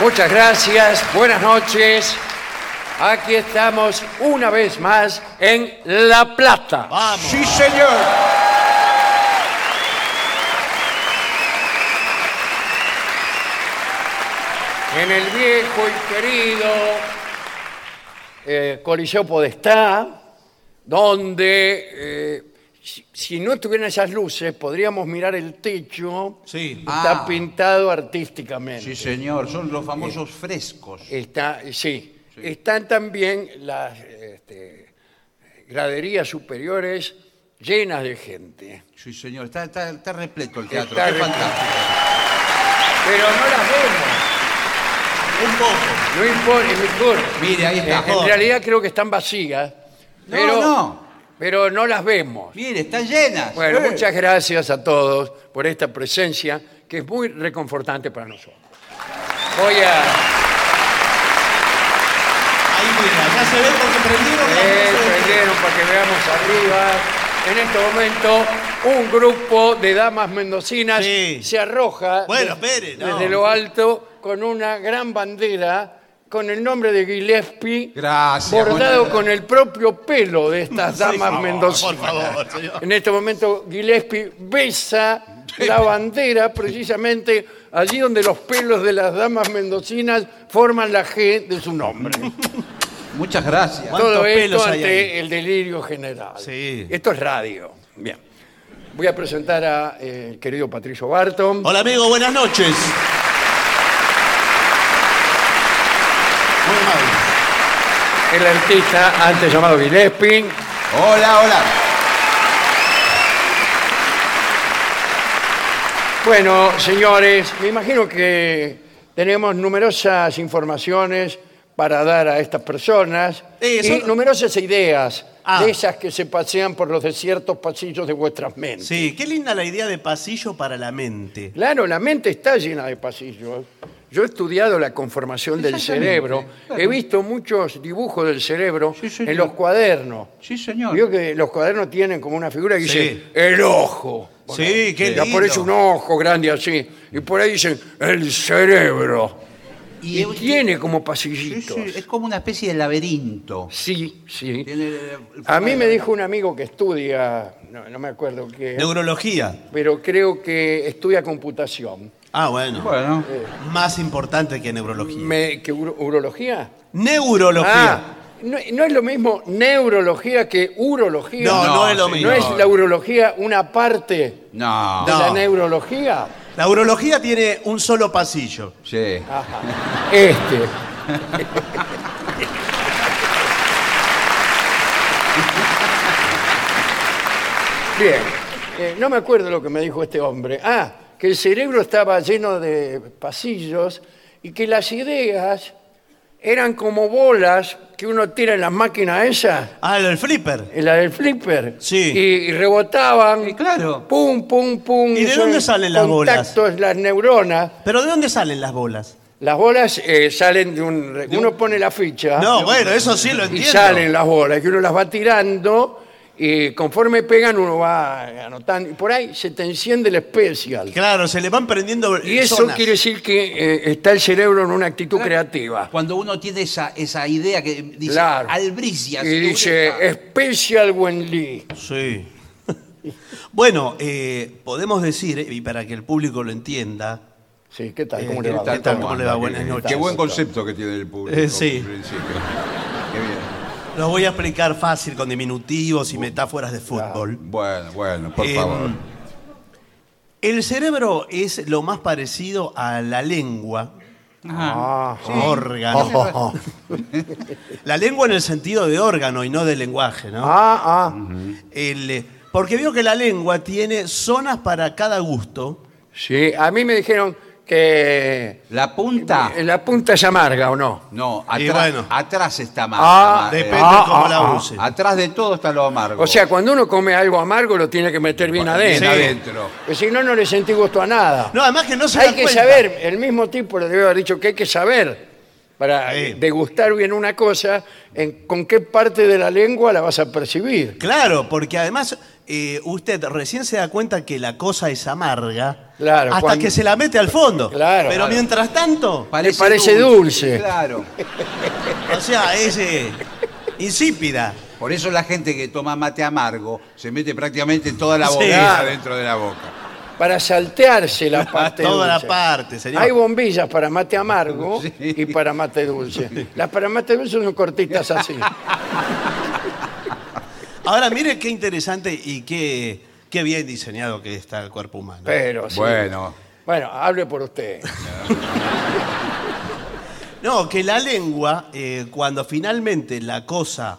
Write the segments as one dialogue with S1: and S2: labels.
S1: Muchas gracias, buenas noches. Aquí estamos una vez más en La Plata.
S2: Vamos.
S3: Sí, señor.
S1: En el viejo y querido eh, Coliseo Podestá, donde eh, si, si no estuvieran esas luces, podríamos mirar el techo.
S2: Sí.
S1: Está
S3: Ah.
S1: pintado artísticamente.
S3: Sí, señor. Son los famosos frescos.
S1: Está, sí. Están también las este, graderías superiores llenas de gente.
S3: Sí, señor. Está, está- está repleto el teatro.
S1: Está
S3: Qué
S1: repleto.
S3: fantástico.
S1: Pero no las vemos.
S2: Un poco.
S1: No importa, no importa.
S3: Mire, ahí está.
S1: Eh, En realidad creo que están vacías.
S3: No,
S1: pero,
S3: no.
S1: pero no las vemos.
S3: Mire, están llenas.
S1: Bueno,
S3: Eh.
S1: muchas gracias a todos por esta presencia que es muy reconfortante para nosotros. Voy a
S2: Ahí mira, ya se ve porque prendieron las
S1: eh,
S2: luces.
S1: prendieron para que veamos arriba. En este momento, un grupo de damas mendocinas
S2: Sí.
S1: se arroja
S2: Bueno,
S1: de-
S2: espere, no.
S1: desde lo alto con una gran bandera con el nombre de Gillespie
S3: Gracias.
S1: bordado
S3: Bueno,
S1: con el propio pelo de estas
S2: Sí,
S1: damas
S2: por favor,
S1: mendocinas.
S2: Por favor, señor.
S1: En este momento Gillespie besa la bandera precisamente allí donde los pelos de las damas mendocinas forman la G de su nombre.
S3: Muchas gracias.
S2: ¿Cuántos
S1: Todo esto
S2: pelos hay
S1: ante
S2: ahí?
S1: el delirio general.
S2: Sí.
S1: Esto es radio. Bien. Voy a presentar a eh, el querido Patricio Barton.
S2: Hola, amigo, buenas noches. Muy amable.
S1: El artista antes llamado Gillespie.
S3: Hola, hola.
S1: Bueno, señores, me imagino que tenemos numerosas informaciones para dar a estas personas
S2: Eh,
S1: y
S2: son-
S1: numerosas ideas
S2: Ah.
S1: de esas que se pasean por los desiertos pasillos de vuestras mentes.
S2: Sí, qué linda la idea de pasillo para la mente.
S1: Claro, la mente está llena de pasillos. Yo he estudiado la conformación del
S3: Exactamente,
S1: cerebro,
S3: claro.
S1: he visto muchos dibujos del cerebro
S3: Sí, señor.
S1: en los cuadernos.
S3: Sí, señor.
S1: Vio que los cuadernos tienen como una figura que
S2: Sí.
S1: dice el ojo.
S2: Sí, qué
S1: Y aparece un
S2: lindo.
S1: ojo grande así. Y por ahí dicen el cerebro. Y, tiene como
S3: Sí,
S1: pasillitos.
S3: sí, Es como una especie de laberinto.
S1: Sí, sí.
S3: Tiene el- el-
S1: A mí me dijo un amigo que estudia, no, no me acuerdo qué,
S2: Neurología.
S1: pero creo que estudia computación.
S2: Ah, bueno.
S3: Bueno,
S2: Más importante que neurología.
S1: Me- ¿qué, uro- ¿Urología?
S2: Neurología.
S1: Ah, no, no es lo mismo neurología que urología.
S2: no, no,
S3: No,
S2: es lo
S3: sí,
S2: mismo.
S1: ¿No es la urología una parte
S3: no.
S1: de
S2: No.
S1: la neurología?
S2: La urología tiene un solo pasillo.
S3: Sí.
S1: Ajá. Este. Bien, eh, no me acuerdo lo que me dijo este hombre. Ah, que el cerebro estaba lleno de pasillos y que las ideas eran como bolas que uno tira en las máquinas esas,
S2: Ah, el flipper.
S1: en la del flipper.
S2: Sí.
S1: Y, y rebotaban.
S3: Sí, claro.
S1: Pum, pum, pum.
S2: ¿Y de
S1: son
S2: dónde salen las bolas?
S1: Contactos, las neuronas.
S2: ¿Pero de dónde salen las bolas?
S1: Las bolas eh, salen de un... re- Uno pone la ficha
S2: No, bueno, eso sí lo
S1: y
S2: entiendo.
S1: salen las bolas, que uno las va tirando y conforme pegan uno va anotando. Y por ahí se te enciende el especial.
S2: Claro, se le van prendiendo
S1: Y eso
S2: zonas.
S1: quiere decir que eh, está el cerebro en una actitud creativa.
S3: Cuando uno tiene esa, esa idea que dice
S1: Claro.
S3: albricias.
S1: Y dice,
S3: eureka.
S1: especial Wenli.
S2: Sí. bueno, eh, podemos decir, y para que el público lo entienda,
S1: Sí, ¿qué tal?
S2: Eh,
S1: ¿Cómo le
S2: ¿qué
S1: va?
S2: tal? ¿Cómo
S3: anda?
S2: le va?
S3: Qué-
S2: Buenas noches.
S3: Qué buen concepto que tiene el público.
S2: Eh, sí.
S3: en principio. Qué bien.
S2: lo voy a explicar fácil con diminutivos y metáforas de fútbol.
S3: Bueno, bueno, por
S2: Em,
S3: favor.
S2: El cerebro es lo más parecido a la lengua,
S1: Ah, ah,
S2: órgano. La lengua en el sentido de órgano y no de lenguaje, ¿no?
S1: ah.
S2: El, eh, porque veo que la lengua tiene zonas para cada gusto.
S1: Sí, a mí me dijeron que
S3: La
S2: Ah.
S3: punta.
S1: eh, la punta es amarga o no.
S3: No,
S2: Y
S3: atrás,
S2: bueno.
S3: atrás está más.
S1: Ah,
S3: la madre.
S2: Depende
S1: Ah,
S2: cómo
S1: ah,
S2: la
S1: ah.
S2: use.
S3: Atrás de todo está lo amargo.
S1: O sea, cuando uno come algo amargo lo tiene que meter bien
S3: bien
S1: adentro.
S3: adentro.
S1: Pues si no, no le sentí gusto a nada.
S2: No, además que no se
S1: hay
S2: da
S1: que
S2: cuenta.
S1: saber, el mismo tipo le debe haber dicho que hay que saber para
S2: Sí.
S1: degustar bien una cosa, en, con qué parte de la lengua la vas a percibir.
S2: Claro, porque además eh, usted recién se da cuenta que la cosa es amarga
S1: Claro,
S2: hasta
S1: cuando-
S2: que se la mete al fondo.
S1: Claro,
S2: Pero
S1: claro.
S2: mientras tanto,
S1: me parece dulce.
S3: Claro.
S2: o sea, es eh, insípida.
S3: Por eso la gente que toma mate amargo se mete prácticamente toda la
S2: Sí.
S3: botella
S1: Claro.
S3: dentro de la boca.
S1: Para saltearse la parte
S2: Toda
S1: dulce.
S2: la parte, señor.
S1: Hay bombillas para mate amargo
S3: Sí.
S1: y para mate dulce. Las para mate dulce son cortitas así.
S2: Ahora mire qué interesante y qué, qué bien diseñado que está el cuerpo humano.
S1: Pero Ah, sí.
S3: Bueno,
S1: Bueno, hable por usted.
S2: No, que la lengua, eh, cuando finalmente la cosa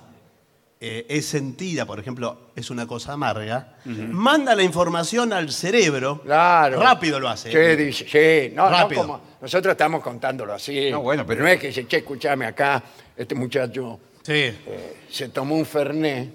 S2: eh, es sentida, por ejemplo, es una cosa amarga, manda la información al cerebro.
S1: Claro.
S2: Rápido lo hace.
S1: Sí, dice, sí. No, no
S2: Rápido.
S1: como nosotros estamos contándolo así.
S3: No, bueno, pero-
S1: No es que dice, che, escuchame acá, este muchacho
S2: Sí.
S1: se tomó un Fernet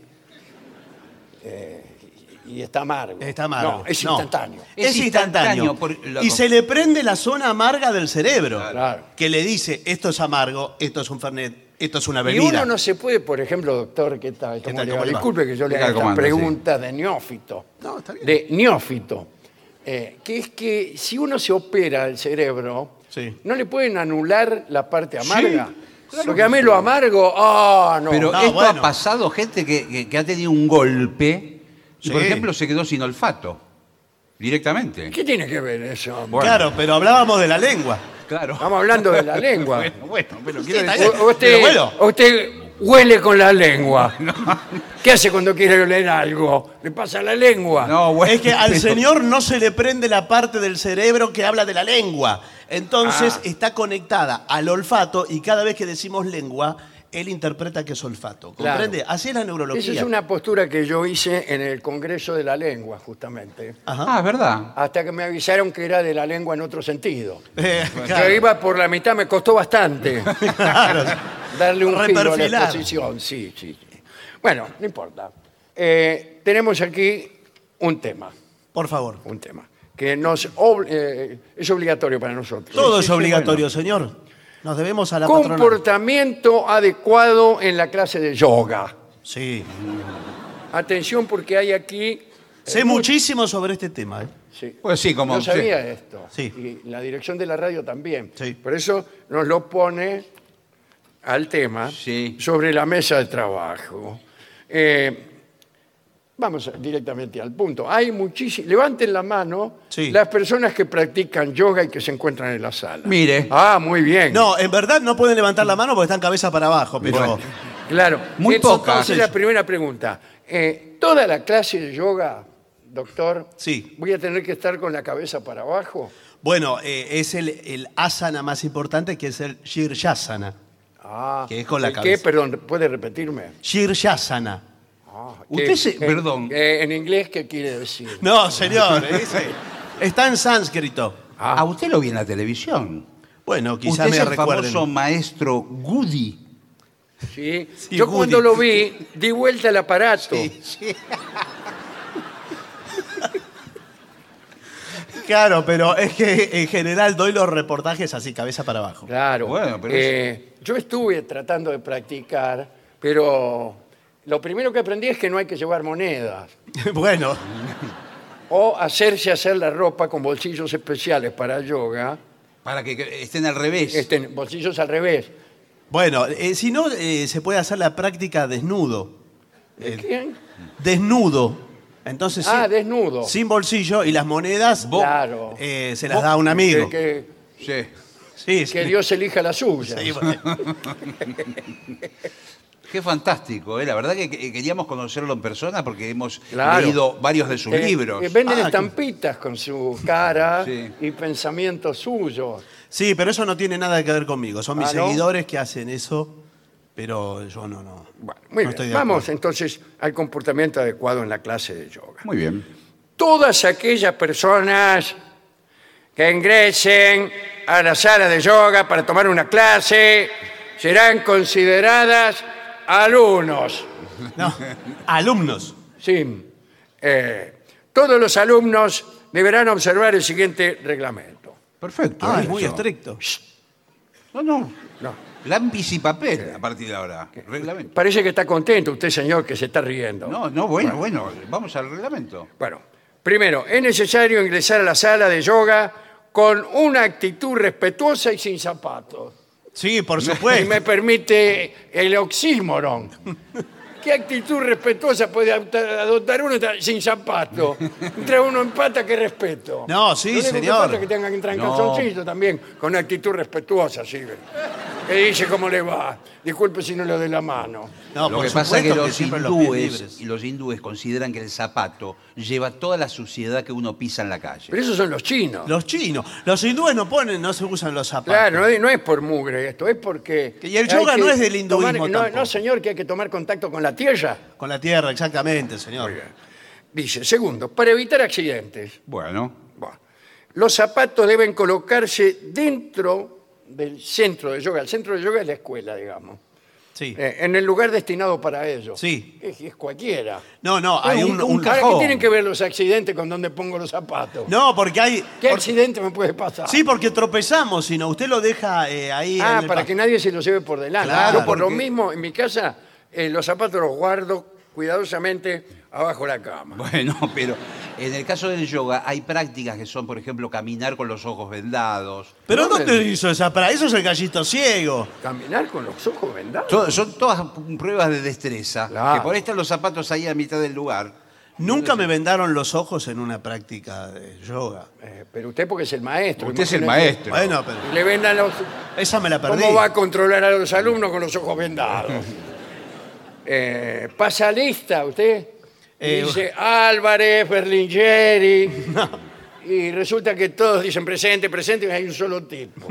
S1: eh, y y está amargo.
S2: Está amargo.
S1: No, es
S2: No.
S1: instantáneo.
S2: Es,
S3: Es
S2: instantáneo.
S3: instantáneo, por- lo-
S2: y se le prende la zona amarga del cerebro.
S1: Claro.
S2: Que le dice, esto es amargo, esto es un fernet, esto es una
S1: Y
S2: bebida.
S1: uno no se puede, por ejemplo, doctor, ¿qué tal? ¿Cómo
S2: tal?
S1: le
S2: ¿Cómo
S1: va?
S2: le va?
S1: Disculpe que yo le
S3: ¿Qué
S1: haga
S3: tal? ¿Cómo
S1: estas
S3: anda? Sí.
S1: preguntas de neófito.
S2: No, está bien.
S1: De neófito. Eh, que es que si uno se opera el cerebro,
S2: Sí.
S1: no le pueden anular la parte amarga.
S3: claro
S1: Porque a mí lo amargo, ah, no.
S3: pero
S2: No,
S3: esto
S2: bueno.
S3: ha pasado gente que, que- que ha tenido un golpe y, por
S2: Sí.
S3: ejemplo, se quedó sin olfato.
S2: eh,
S3: Directamente.
S1: ¿Qué tiene que ver eso?
S3: Bueno.
S2: Claro, pero hablábamos de la lengua.
S3: Claro.
S1: Estamos hablando de la lengua.
S3: Bueno, bueno, pero
S2: Sí,
S3: quiero
S2: está
S3: decir-
S2: bien.
S1: O- usted,
S2: Pero bueno.
S1: usted huele con la lengua. ¿Qué hace cuando quiere oler algo? Le pasa la lengua.
S3: No, Ah, bueno,
S2: es que al
S3: pero-
S2: señor no se le prende la parte del cerebro que habla de la lengua.
S3: Ah.
S2: Entonces está conectada al olfato y cada vez que decimos lengua, él interpreta que es olfato.
S1: Claro.
S2: ¿Comprende? Así es la neurología.
S1: Esa es una postura que yo hice en el Congreso de la Lengua, justamente.
S2: Ajá.
S3: Ah, es verdad.
S1: Hasta que me avisaron que era de la lengua en otro sentido.
S2: Eh,
S1: Yo
S2: claro.
S1: iba por la mitad, me costó bastante
S2: Claro.
S1: darle un giro a la
S2: Reperfilar.
S1: exposición. Sí, sí. sí. Bueno, no importa. Eh, tenemos aquí un tema,
S2: Por favor.
S1: un tema, que nos ob- eh, es obligatorio para nosotros.
S2: Todo es obligatorio, señor. Nos debemos a la patrona.
S1: Comportamiento adecuado en la clase de yoga.
S2: Sí.
S1: Atención porque hay aquí...
S2: Sé muchísimo sobre este tema. ¿eh?
S1: Sí.
S3: Pues sí, como.
S1: Yo
S3: sí.
S1: sabía esto.
S2: Sí.
S1: Y la dirección de la radio también.
S2: Sí.
S1: Por eso nos lo pone al tema
S3: Sí.
S1: sobre la mesa de trabajo. Eh, vamos a- directamente al punto. Hay muchísimos. Levanten la mano
S2: Sí.
S1: las personas que practican yoga y que se encuentran en la sala.
S3: Mire.
S1: Ah, muy bien.
S2: No, en verdad no pueden levantar la mano porque están cabeza para abajo, pero
S3: Bueno.
S1: Claro.
S3: Muy
S1: Entonces,
S3: pocas.
S1: Entonces, la primera pregunta. Eh, Toda la clase de yoga, doctor.
S2: Sí.
S1: Voy a tener que estar con la cabeza para abajo.
S2: bueno, eh, es el, el asana más importante que es el Shirshasana.
S1: Ah,
S2: Que es con la
S1: ¿el
S2: cabeza.
S1: qué? Perdón, ¿puede repetirme?
S2: Shirshasana.
S1: Ah,
S3: Usted
S1: ¿qué-
S3: se-
S1: qué-
S3: perdón.
S1: qué- ¿En inglés qué quiere decir?
S2: No, señor, ese- está en sánscrito.
S1: Ah.
S3: A usted lo vi en la televisión.
S2: Bueno,
S3: Usted
S2: quizá
S3: es
S2: me
S3: el
S2: recuerden.
S3: famoso maestro Goody.
S1: ¿sí?
S2: Sí,
S1: Yo
S2: Woody.
S1: cuando lo vi, di vuelta al aparato.
S2: Claro, pero es que en general doy los reportajes así, cabeza para abajo.
S1: Claro.
S3: Bueno, pero
S1: Eh, Yo estuve tratando de practicar, pero lo primero que aprendí es que no hay que llevar monedas.
S2: bueno,
S1: O hacerse hacer la ropa con bolsillos especiales para yoga.
S3: Para que- que estén al revés.
S1: Este, bolsillos al revés.
S2: bueno, eh, si no, eh, se puede hacer la práctica desnudo.
S1: ¿De
S2: Eh,
S1: quién?
S2: Desnudo. Entonces,
S1: Ah,
S2: sin-
S1: desnudo.
S2: sin bolsillo y las monedas
S1: Claro.
S2: eh, se las da a un amigo.
S1: Que,
S3: Sí.
S2: Sí,
S1: que-
S2: sí.
S1: que Dios elija la suya.
S2: Sí, bueno.
S3: Qué fantástico, ¿eh? la verdad que que- queríamos conocerlo en persona porque hemos
S1: Claro.
S3: leído varios de sus
S1: Eh,
S3: libros.
S1: eh, venden
S2: Ah,
S1: estampitas con su cara
S3: Sí.
S1: y pensamientos suyos.
S2: Sí, pero eso no tiene nada que ver conmigo. Son mis
S1: Ah, ¿no?
S2: seguidores que hacen eso, pero yo no, no.
S1: Bueno, muy
S2: no estoy
S1: bien.
S2: de
S1: Vamos
S2: acuerdo.
S1: entonces al comportamiento adecuado en la clase de yoga.
S3: Muy bien.
S1: Todas aquellas personas que ingresen a la sala de yoga para tomar una clase serán consideradas alumnos.
S2: No, alumnos.
S1: Sí. Eh, todos los alumnos deberán observar el siguiente reglamento.
S4: Perfecto.
S2: Ah, es
S4: hecho.
S2: muy estricto.
S4: No, no.
S1: No.
S4: Lápiz y papel a partir de ahora. Reglamento.
S1: Parece que está contento usted, señor, que se está riendo.
S4: No, no, bueno, bueno. Vamos al reglamento.
S1: Bueno, primero, es necesario ingresar a la sala de yoga con una actitud respetuosa y sin zapatos.
S2: Sí, por
S1: Si me
S2: supuesto.
S1: permite el oxímoron. ¿Qué actitud respetuosa puede adoptar- adoptar uno tra- sin zapato? Entra uno en pata, qué respeto.
S2: No, sí,
S1: Lo único que
S2: señor.
S1: falta es que tengan que entrar en
S4: No.
S1: calzoncillo también, con una actitud respetuosa, sirve. Que dice cómo le va. Disculpe si no le doy la mano.
S2: No,
S4: Lo
S2: por
S4: que pasa es que
S2: supuesto
S4: los
S2: siempre pies libres.
S4: hindúes, y los hindúes consideran que el zapato lleva toda la suciedad que uno pisa en la calle.
S1: Pero esos son los chinos.
S2: Los chinos. Los hindúes no ponen, no se usan los zapatos.
S1: Claro, no es, no es por mugre esto, es porque...
S2: Que- y el
S1: hay
S2: yoga
S1: que
S2: no es del
S1: tomar-
S2: hinduismo
S1: no,
S2: tampoco.
S1: no, señor, que hay que tomar contacto con la tierra.
S2: Con la tierra, exactamente, señor.
S1: Dice, segundo, para evitar accidentes,
S4: Bueno,
S1: Bueno, los zapatos deben colocarse dentro del centro de yoga. El centro de yoga es la escuela, digamos.
S2: Sí.
S1: Eh, en el lugar destinado para ello.
S2: Sí.
S1: Es, es cualquiera.
S2: No, no, hay
S4: un-
S2: un,
S4: un
S2: un-
S1: ¿Para qué
S4: cajón.
S1: tienen que ver los accidentes con dónde pongo los zapatos?
S2: No, porque hay.
S1: ¿Qué
S2: por-
S1: accidente me puede pasar?
S2: sí, porque tropezamos, sino usted lo deja eh, ahí. en
S1: ah,
S2: el
S1: para
S2: pa-
S1: que nadie se los lleve por delante.
S2: Claro,
S1: Yo por lo
S4: porque-
S1: mismo, en mi casa, eh, los zapatos los guardo cuidadosamente abajo de la cama.
S4: bueno, pero en el caso del yoga hay prácticas que son, por ejemplo, caminar con los ojos vendados.
S2: Pero
S1: ¿Dónde?
S2: ¿dónde hizo esa para? Eso es el gallito ciego.
S1: Caminar con los ojos vendados.
S4: To- son todas pruebas de destreza.
S1: Claro.
S4: Que por ahí están los zapatos ahí a mitad del lugar.
S2: Nunca me vendaron los ojos en una práctica de yoga.
S1: Eh, pero usted porque es el maestro.
S4: Usted es el
S1: imagínese.
S4: maestro.
S2: Bueno, pero
S1: Le vendan los,
S2: esa me la perdí.
S1: ¿Cómo va a controlar a los alumnos con los ojos vendados? Eh, pasa lista usted. Y
S2: Eh,
S1: dice Álvarez, Berlingeri. Y resulta que todos dicen presente, presente, y hay un solo tipo.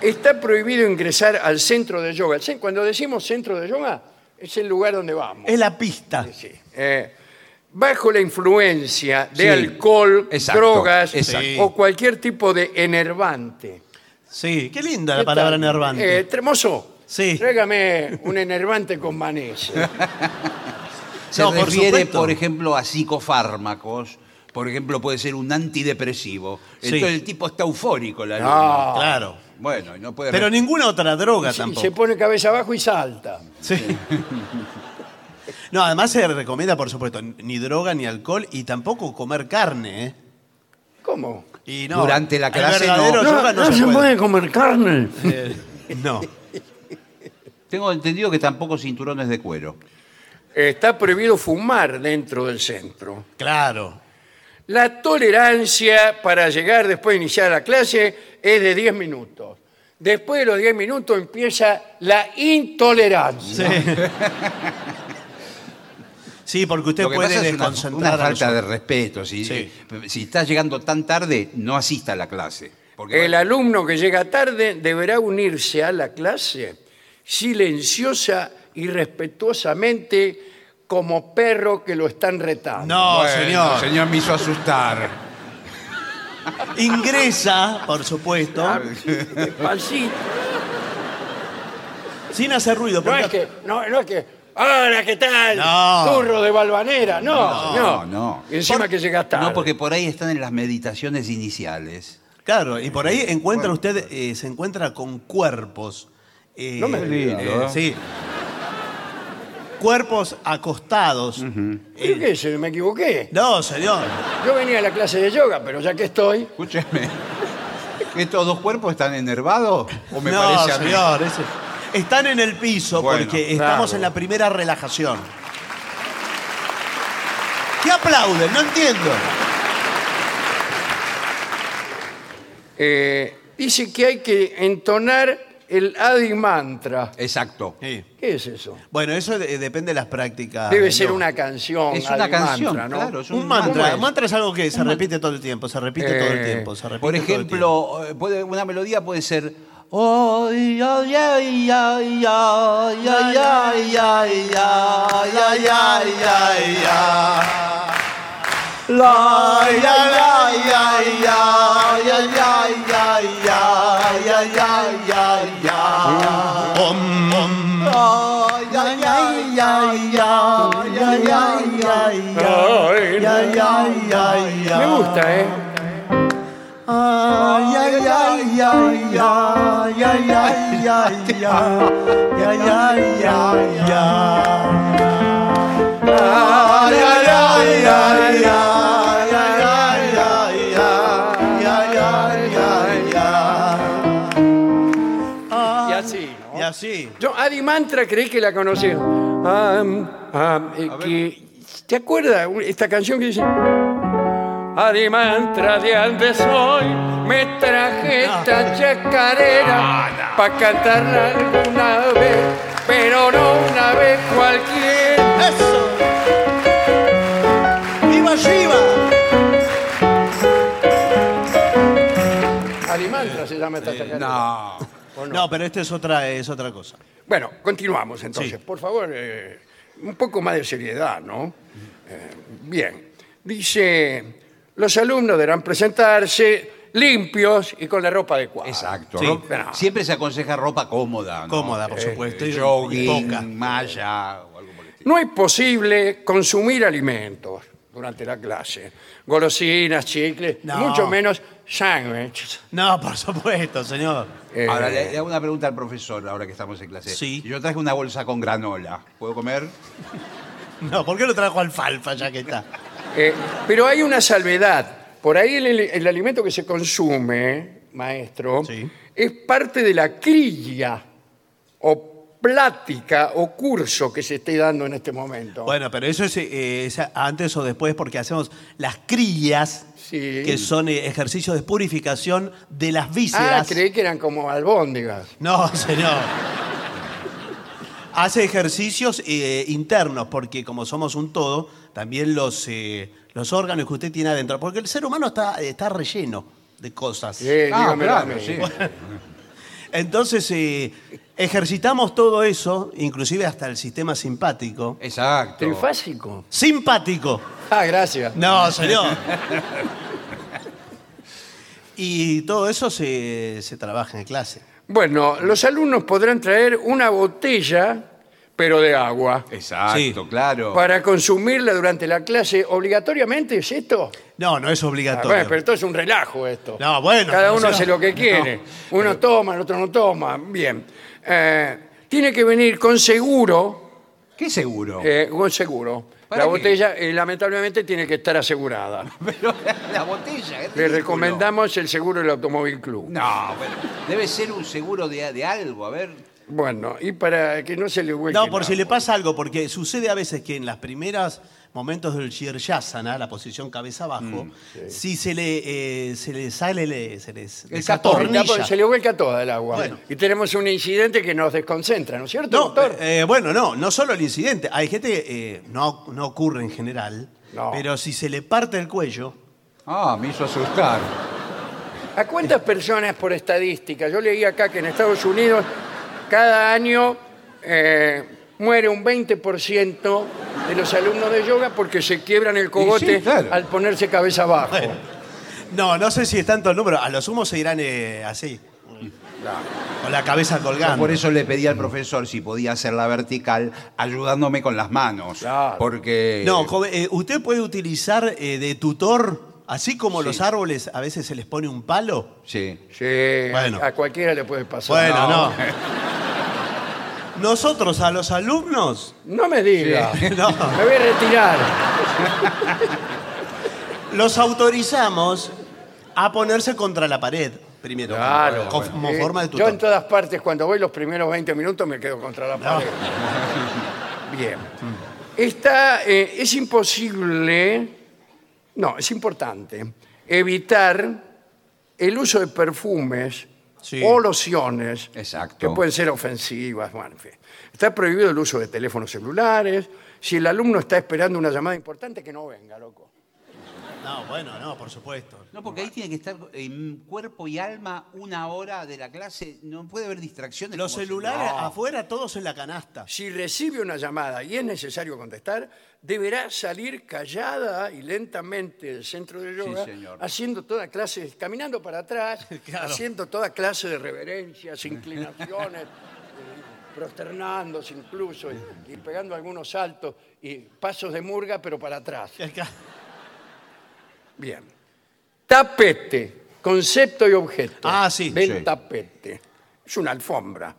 S1: Está prohibido ingresar al centro de yoga. El cen- Cuando decimos centro de yoga, es el lugar donde vamos.
S2: Es la pista.
S1: Sí. Eh, bajo la influencia de
S4: Sí.
S1: alcohol,
S4: Exacto,
S1: drogas
S4: exacto.
S1: o cualquier tipo de enervante.
S2: Sí, qué linda
S1: ¿Qué
S2: la palabra
S1: tal?
S2: enervante.
S1: Eh, tremoso.
S2: Sí.
S1: Tráigame un enervante con manés.
S4: Se
S2: No, por
S4: refiere,
S2: supuesto.
S4: por, ejemplo, a psicofármacos. Por ejemplo, puede ser un antidepresivo.
S2: Sí.
S4: Entonces el tipo está eufórico, el alumno.
S1: No.
S2: Claro.
S4: Bueno, y no puede...
S2: Pero ninguna otra droga
S1: Sí,
S2: tampoco.
S1: se pone cabeza abajo y salta.
S2: Sí. No, además se recomienda, por supuesto, ni droga ni alcohol y tampoco comer carne. ¿eh?
S1: ¿Cómo?
S2: Y no,
S4: Durante la
S2: el
S4: clase,
S2: verdadero
S4: no.
S2: yoga no, se, puede.
S1: comer carne.
S2: Eh, no.
S4: Tengo entendido que tampoco cinturones de cuero.
S1: Está prohibido fumar dentro del centro.
S2: claro.
S1: La tolerancia para llegar después de iniciar la clase es de 10 minutos. Después de los 10 minutos empieza la
S2: Sí.
S1: intolerancia.
S2: Sí, porque usted
S4: Lo que
S2: puede
S4: pasa es una-
S2: desconcentrar
S4: una,
S2: a los
S4: falta de
S2: otros.
S4: respeto. Si, eh,
S2: Sí.
S4: si está llegando tan tarde, no asista a la clase. Porque
S1: El alumno que llega tarde deberá unirse a la clase silenciosa y respetuosamente como perro que lo están retando.
S2: No,
S4: Bueno,
S2: señor.
S4: señor me hizo asustar.
S2: Ingresa, por supuesto,
S1: Despacito.
S2: sin hacer ruido.
S1: No
S2: porque-
S1: es que, no, no es que, hola, ¿qué tal?
S2: No.
S1: Turro de balvanera. No, no.
S4: No, no.
S1: Y Encima que llega tarde.
S4: No, porque por ahí están en las meditaciones iniciales.
S2: Claro, y por ahí encuentra usted, eh, se encuentra con cuerpos. eh,
S1: No me diga.
S2: eh, Sí. Cuerpos acostados.
S1: ¿Pero
S2: Eh,
S1: qué es? Me equivoqué.
S2: no, señor.
S1: Yo venía a la clase de yoga, pero ya que estoy,
S4: Escúcheme. ¿Estos dos cuerpos están enervados? ¿O me
S2: no,
S4: parece a mí?
S2: señor. ese- Están en el piso
S4: Bueno,
S2: porque estamos
S1: claro.
S2: en la primera relajación. ¿Qué aplauden? No entiendo.
S1: eh, dice que hay que entonar el Adi Mantra.
S4: Exacto.
S2: Sí.
S1: ¿Qué es eso?
S2: Bueno, eso de- depende de las
S3: Ah,
S2: prácticas.
S1: Debe
S2: del
S1: ser
S2: yoga.
S1: una canción.
S4: Es una
S1: Adi
S4: canción,
S1: Mantra, ¿no?
S4: claro. es
S2: Un mantra.
S4: mantra.
S2: Un mantra es algo que se repite todo el tiempo, se repite todo el
S1: Eh,
S2: tiempo, se repite
S4: Por
S2: todo el tiempo.
S4: ejemplo, eh, puede- una melodía puede ser. "Ay, ay, ay, ay, ay, ay, ay, ay, ay, ay, ay, ay, ay".
S3: La, ya, ya, ya, ya, ya, ya, ya, ya, ya, ya, ya, ya. La, ya, ya, ya, ya, ya, ya, ya, ya, ya, ya, ya, ya.
S1: Me gusta, ¿eh?
S3: Ay, ay, ay, ay, ay, ay, ay, ay, ay, ay, ay, ay, ay. Ay, ay, ay, ay, ay, ay, ay, ay, ay, ay, ay, ay, ay.
S1: Y así, ¿no?
S2: Y así.
S1: Yo Adi Mantra creí que la conocía. Am, am, eh, que- ¿Te acuerdas esta canción que dice? Adi Mantra de donde soy, me traje
S4: Ah.
S1: esta chacarera para cantarla alguna vez, pero no una vez cualquiera.
S2: ¡Eso! ¡Viva Shiva!
S1: Adi Mantra se llama esta chacarera.
S2: No. No, pero esto es otra, es otra cosa.
S1: Bueno, continuamos entonces.
S2: Sí.
S1: Por favor, eh, un poco más de seriedad, ¿no? Eh, bien. Dice, los alumnos deberán presentarse limpios y con la ropa adecuada.
S3: Exacto.
S2: Sí.
S3: Ro-
S1: Pero-
S3: Siempre se aconseja ropa cómoda. ¿no?
S2: Cómoda, por
S3: Eh,
S2: supuesto, y- y poca.
S3: Jogging, malla o algo por el estilo.
S1: No es posible consumir alimentos durante la clase. Golosinas, chicles,
S2: No.
S1: mucho menos sándwiches.
S2: No, por supuesto, señor.
S1: Eh,
S3: Ahora le, le hago una pregunta al profesor, ahora que estamos en clase.
S2: Sí.
S3: Yo traje una bolsa con granola. ¿Puedo comer?
S2: No, ¿por qué lo trajo alfalfa ya que está?
S1: eh, pero hay una salvedad. Por ahí el, el- el alimento que se consume, maestro,
S2: Sí.
S1: es parte de la crilla o plática o curso que se esté dando en este momento.
S2: Bueno, pero eso es, eh, es antes o después porque hacemos las crillas,
S1: Sí.
S2: que son eh, ejercicios de purificación de las
S1: ah,
S2: vísceras.
S1: creí que eran como albóndigas.
S2: no, señor. Hace ejercicios eh, internos porque como somos un todo, también los, eh, los órganos que usted tiene adentro, porque el ser humano está, está relleno de cosas.
S1: Eh,
S3: Ah,
S1: dígamelo a
S3: claro,
S1: mí.
S3: sí.
S2: Entonces, eh, ejercitamos todo eso, inclusive hasta el sistema
S1: Eh.
S2: simpático.
S3: Exacto.
S1: Trifásico.
S2: Simpático.
S1: Ah, gracias.
S2: No, señor. y todo eso se, se trabaja en clase.
S1: Bueno, los alumnos podrán traer una botella, pero de agua,
S3: Exacto,
S2: Sí.
S3: claro.
S1: para consumirla durante la clase. ¿Obligatoriamente es esto?
S2: No, no es
S1: Ah,
S2: obligatorio.
S1: bueno, pero esto es un relajo esto.
S2: No, bueno,
S1: Cada
S2: pero
S1: uno
S2: si no-
S1: hace lo que quiere. Uno toma, el otro no toma. Bien. Eh, tiene que venir con seguro,
S3: ¿Qué seguro?
S1: eh, con seguro.
S3: ¿Para
S1: La
S3: qué?
S1: botella, eh, lamentablemente, tiene que estar asegurada.
S3: Pero la botella. es
S1: Le
S3: ridículo.
S1: recomendamos el seguro del Automóvil Club.
S3: No, bueno, debe ser un seguro de, de algo, a ver.
S1: Bueno, y para que no se le vuelva.
S2: No, por si le pasa algo, porque sucede a veces que en las primeras momentos del Shirshasana, la posición cabeza abajo,
S1: Mm,
S2: si se le, eh, se le sale, le- se les desatornilla.
S1: Se le vuelca toda el agua.
S2: Bueno.
S1: Y tenemos un incidente que nos desconcentra, ¿no es cierto,
S2: No,
S1: doctor?
S2: eh, bueno, no, no solo el incidente. Hay gente que eh, no, no ocurre en general,
S1: No.
S2: pero si se le parte el cuello,
S3: Ah, me hizo asustar.
S1: ¿A cuántas personas por estadística? Yo leí acá que en Estados Unidos cada año eh, muere un 20% de los alumnos de yoga porque se quiebran el cogote
S3: sí, claro.
S1: al ponerse cabeza abajo.
S2: No, no sé si es tanto el número. A lo sumo se irán eh, así. Con la cabeza colgando.
S3: Por eso le pedí al profesor si podía hacerla vertical, ayudándome con las manos.
S1: Claro.
S3: Porque.
S2: No, joven, eh, usted puede utilizar eh, de tutor, así como los árboles a veces se les pone un palo.
S3: Sí.
S1: Sí,
S2: Bueno.
S1: a cualquiera le puede pasar.
S2: Bueno, no. Nosotros a los alumnos, eh,
S1: No, me diga.
S2: no,
S1: Me voy a retirar.
S2: los autorizamos a ponerse contra la pared primero.
S1: Claro.
S2: Como, como
S1: Eh,
S2: forma de
S1: Yo en
S2: tutor.
S1: todas partes, cuando voy los primeros 20 minutos, me quedo contra la pared. Bien.
S2: Mm.
S1: Esta, eh, es imposible, no, es importante evitar el uso de perfumes
S2: Sí.
S1: o lociones
S3: Exacto.
S1: que pueden ser ofensivas. bueno, en fin. Está prohibido el uso de teléfonos celulares. Si el alumno está esperando una llamada importante, que no venga, loco.
S2: No, bueno, no, por supuesto.
S4: No, porque ahí tiene que estar en cuerpo y alma una hora de la clase. No puede haber distracciones.
S2: Los
S4: como si-
S2: celulares
S4: No.
S2: afuera, todos en la canasta.
S1: Si recibe una llamada y es necesario contestar, deberá salir callada y lentamente del centro de yoga,
S4: Sí, señor.
S1: haciendo toda clase, caminando para atrás,
S2: Claro.
S1: haciendo toda clase de reverencias, inclinaciones, eh, prosternándose incluso y, y pegando algunos saltos y pasos de murga, pero para atrás. Bien. Tapete, concepto y objeto.
S2: Ah, sí,
S1: Del
S2: sí.
S1: tapete. Es una alfombra.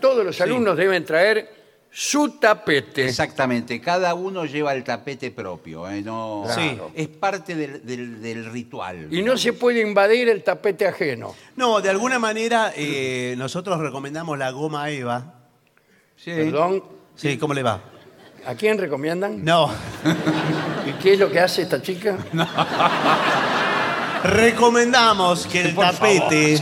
S1: Todos los alumnos deben traer su tapete.
S4: Exactamente, cada uno lleva el tapete propio, ¿eh? no,
S2: Claro.
S4: es parte del, del- del ritual.
S1: Y no se puede invadir el tapete ajeno.
S2: No, de alguna manera eh, nosotros recomendamos la goma Eva.
S4: Sí.
S1: Perdón.
S2: Sí, ¿cómo le va?
S1: ¿A quién recomiendan?
S2: No,
S1: ¿Y qué es lo que hace esta chica?
S2: recomendamos que el tapete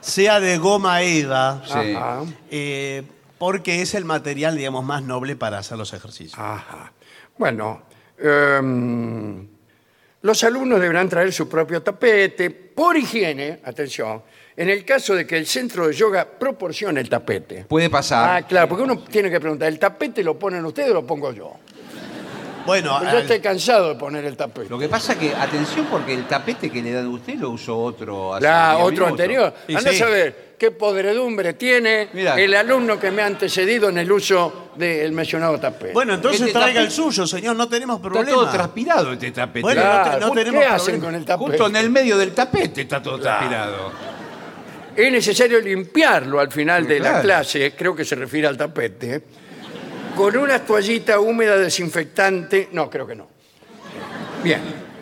S2: sea de goma Eva,
S4: Sí.
S1: Ajá.
S2: eh, porque es el material, digamos, más noble para hacer los ejercicios.
S4: Ah.
S1: Ajá. Bueno, em, los alumnos deberán traer su propio tapete por higiene, atención, en el caso de que el centro de yoga proporcione el tapete.
S4: Puede pasar.
S1: Ah, claro, porque uno tiene que preguntar, ¿el tapete lo ponen ustedes o lo pongo yo?
S2: Bueno, eh,
S1: Porque yo
S2: al-
S1: estoy cansado de poner el tapete.
S4: Lo que pasa que, atención, porque el tapete que le dan a usted lo usó otro Ah, hace
S1: La,
S4: 10
S1: otro
S4: minutos.
S1: anterior.
S2: Y
S1: Anda
S2: sí.
S1: a saber qué podredumbre tiene
S4: Mirá.
S1: el alumno que me ha antecedido en el uso del mencionado tapete.
S2: bueno, entonces
S4: Este
S2: traiga el
S4: tapete-
S2: suyo, señor, no tenemos
S4: Está todo
S2: problema.
S4: transpirado este tapete.
S2: Bueno, no
S1: Claro,
S2: te- no
S1: ¿por
S2: tenemos
S1: ¿qué hacen
S2: problema.
S1: con el tapete?
S4: Justo en el medio del tapete está todo transpirado.
S1: Es necesario limpiarlo al final de la
S4: Claro.
S1: clase, creo que se refiere al tapete, ¿eh? con una toallita húmeda desinfectante. No, creo que no. Bien.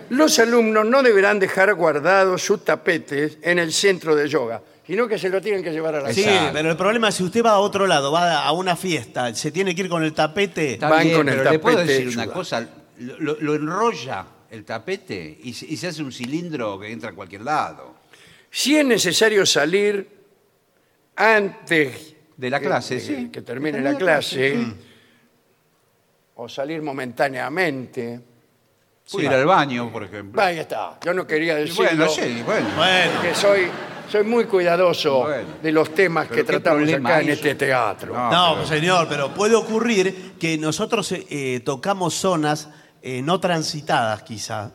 S1: Los alumnos no deberán dejar guardados sus tapetes en el centro de yoga, sino que se lo tienen que llevar a la
S2: Sí,
S1: casa.
S4: Exacto.
S2: pero el problema es si usted va a otro lado, va a una fiesta, se tiene que ir con el tapete.
S4: Está
S1: Van
S4: bien,
S1: con el
S4: pero le puedo
S1: tapete
S4: decir
S1: de
S4: una
S1: ayuda.
S4: cosa, lo, lo- lo enrolla el tapete y, se- y se hace un cilindro que entra en cualquier lado.
S1: Si es necesario salir antes
S4: De la
S1: que-
S4: clase,
S1: que,
S4: sí.
S1: que termine la clase, o salir momentáneamente,
S4: Puede ir al baño, por ejemplo.
S1: ahí está. Yo no quería
S4: Y
S1: decirlo.
S4: Bueno, sí, bueno.
S2: Bueno,
S1: que soy, soy muy cuidadoso
S4: Bueno.
S1: de los temas
S4: Pero
S1: que
S4: qué
S1: tratamos
S4: problema
S1: acá
S4: hay
S1: en
S4: eso.
S1: este teatro.
S4: No.
S2: no,
S4: pero-
S2: señor, pero puede ocurrir que nosotros eh, eh, tocamos zonas eh, no transitadas, quizá.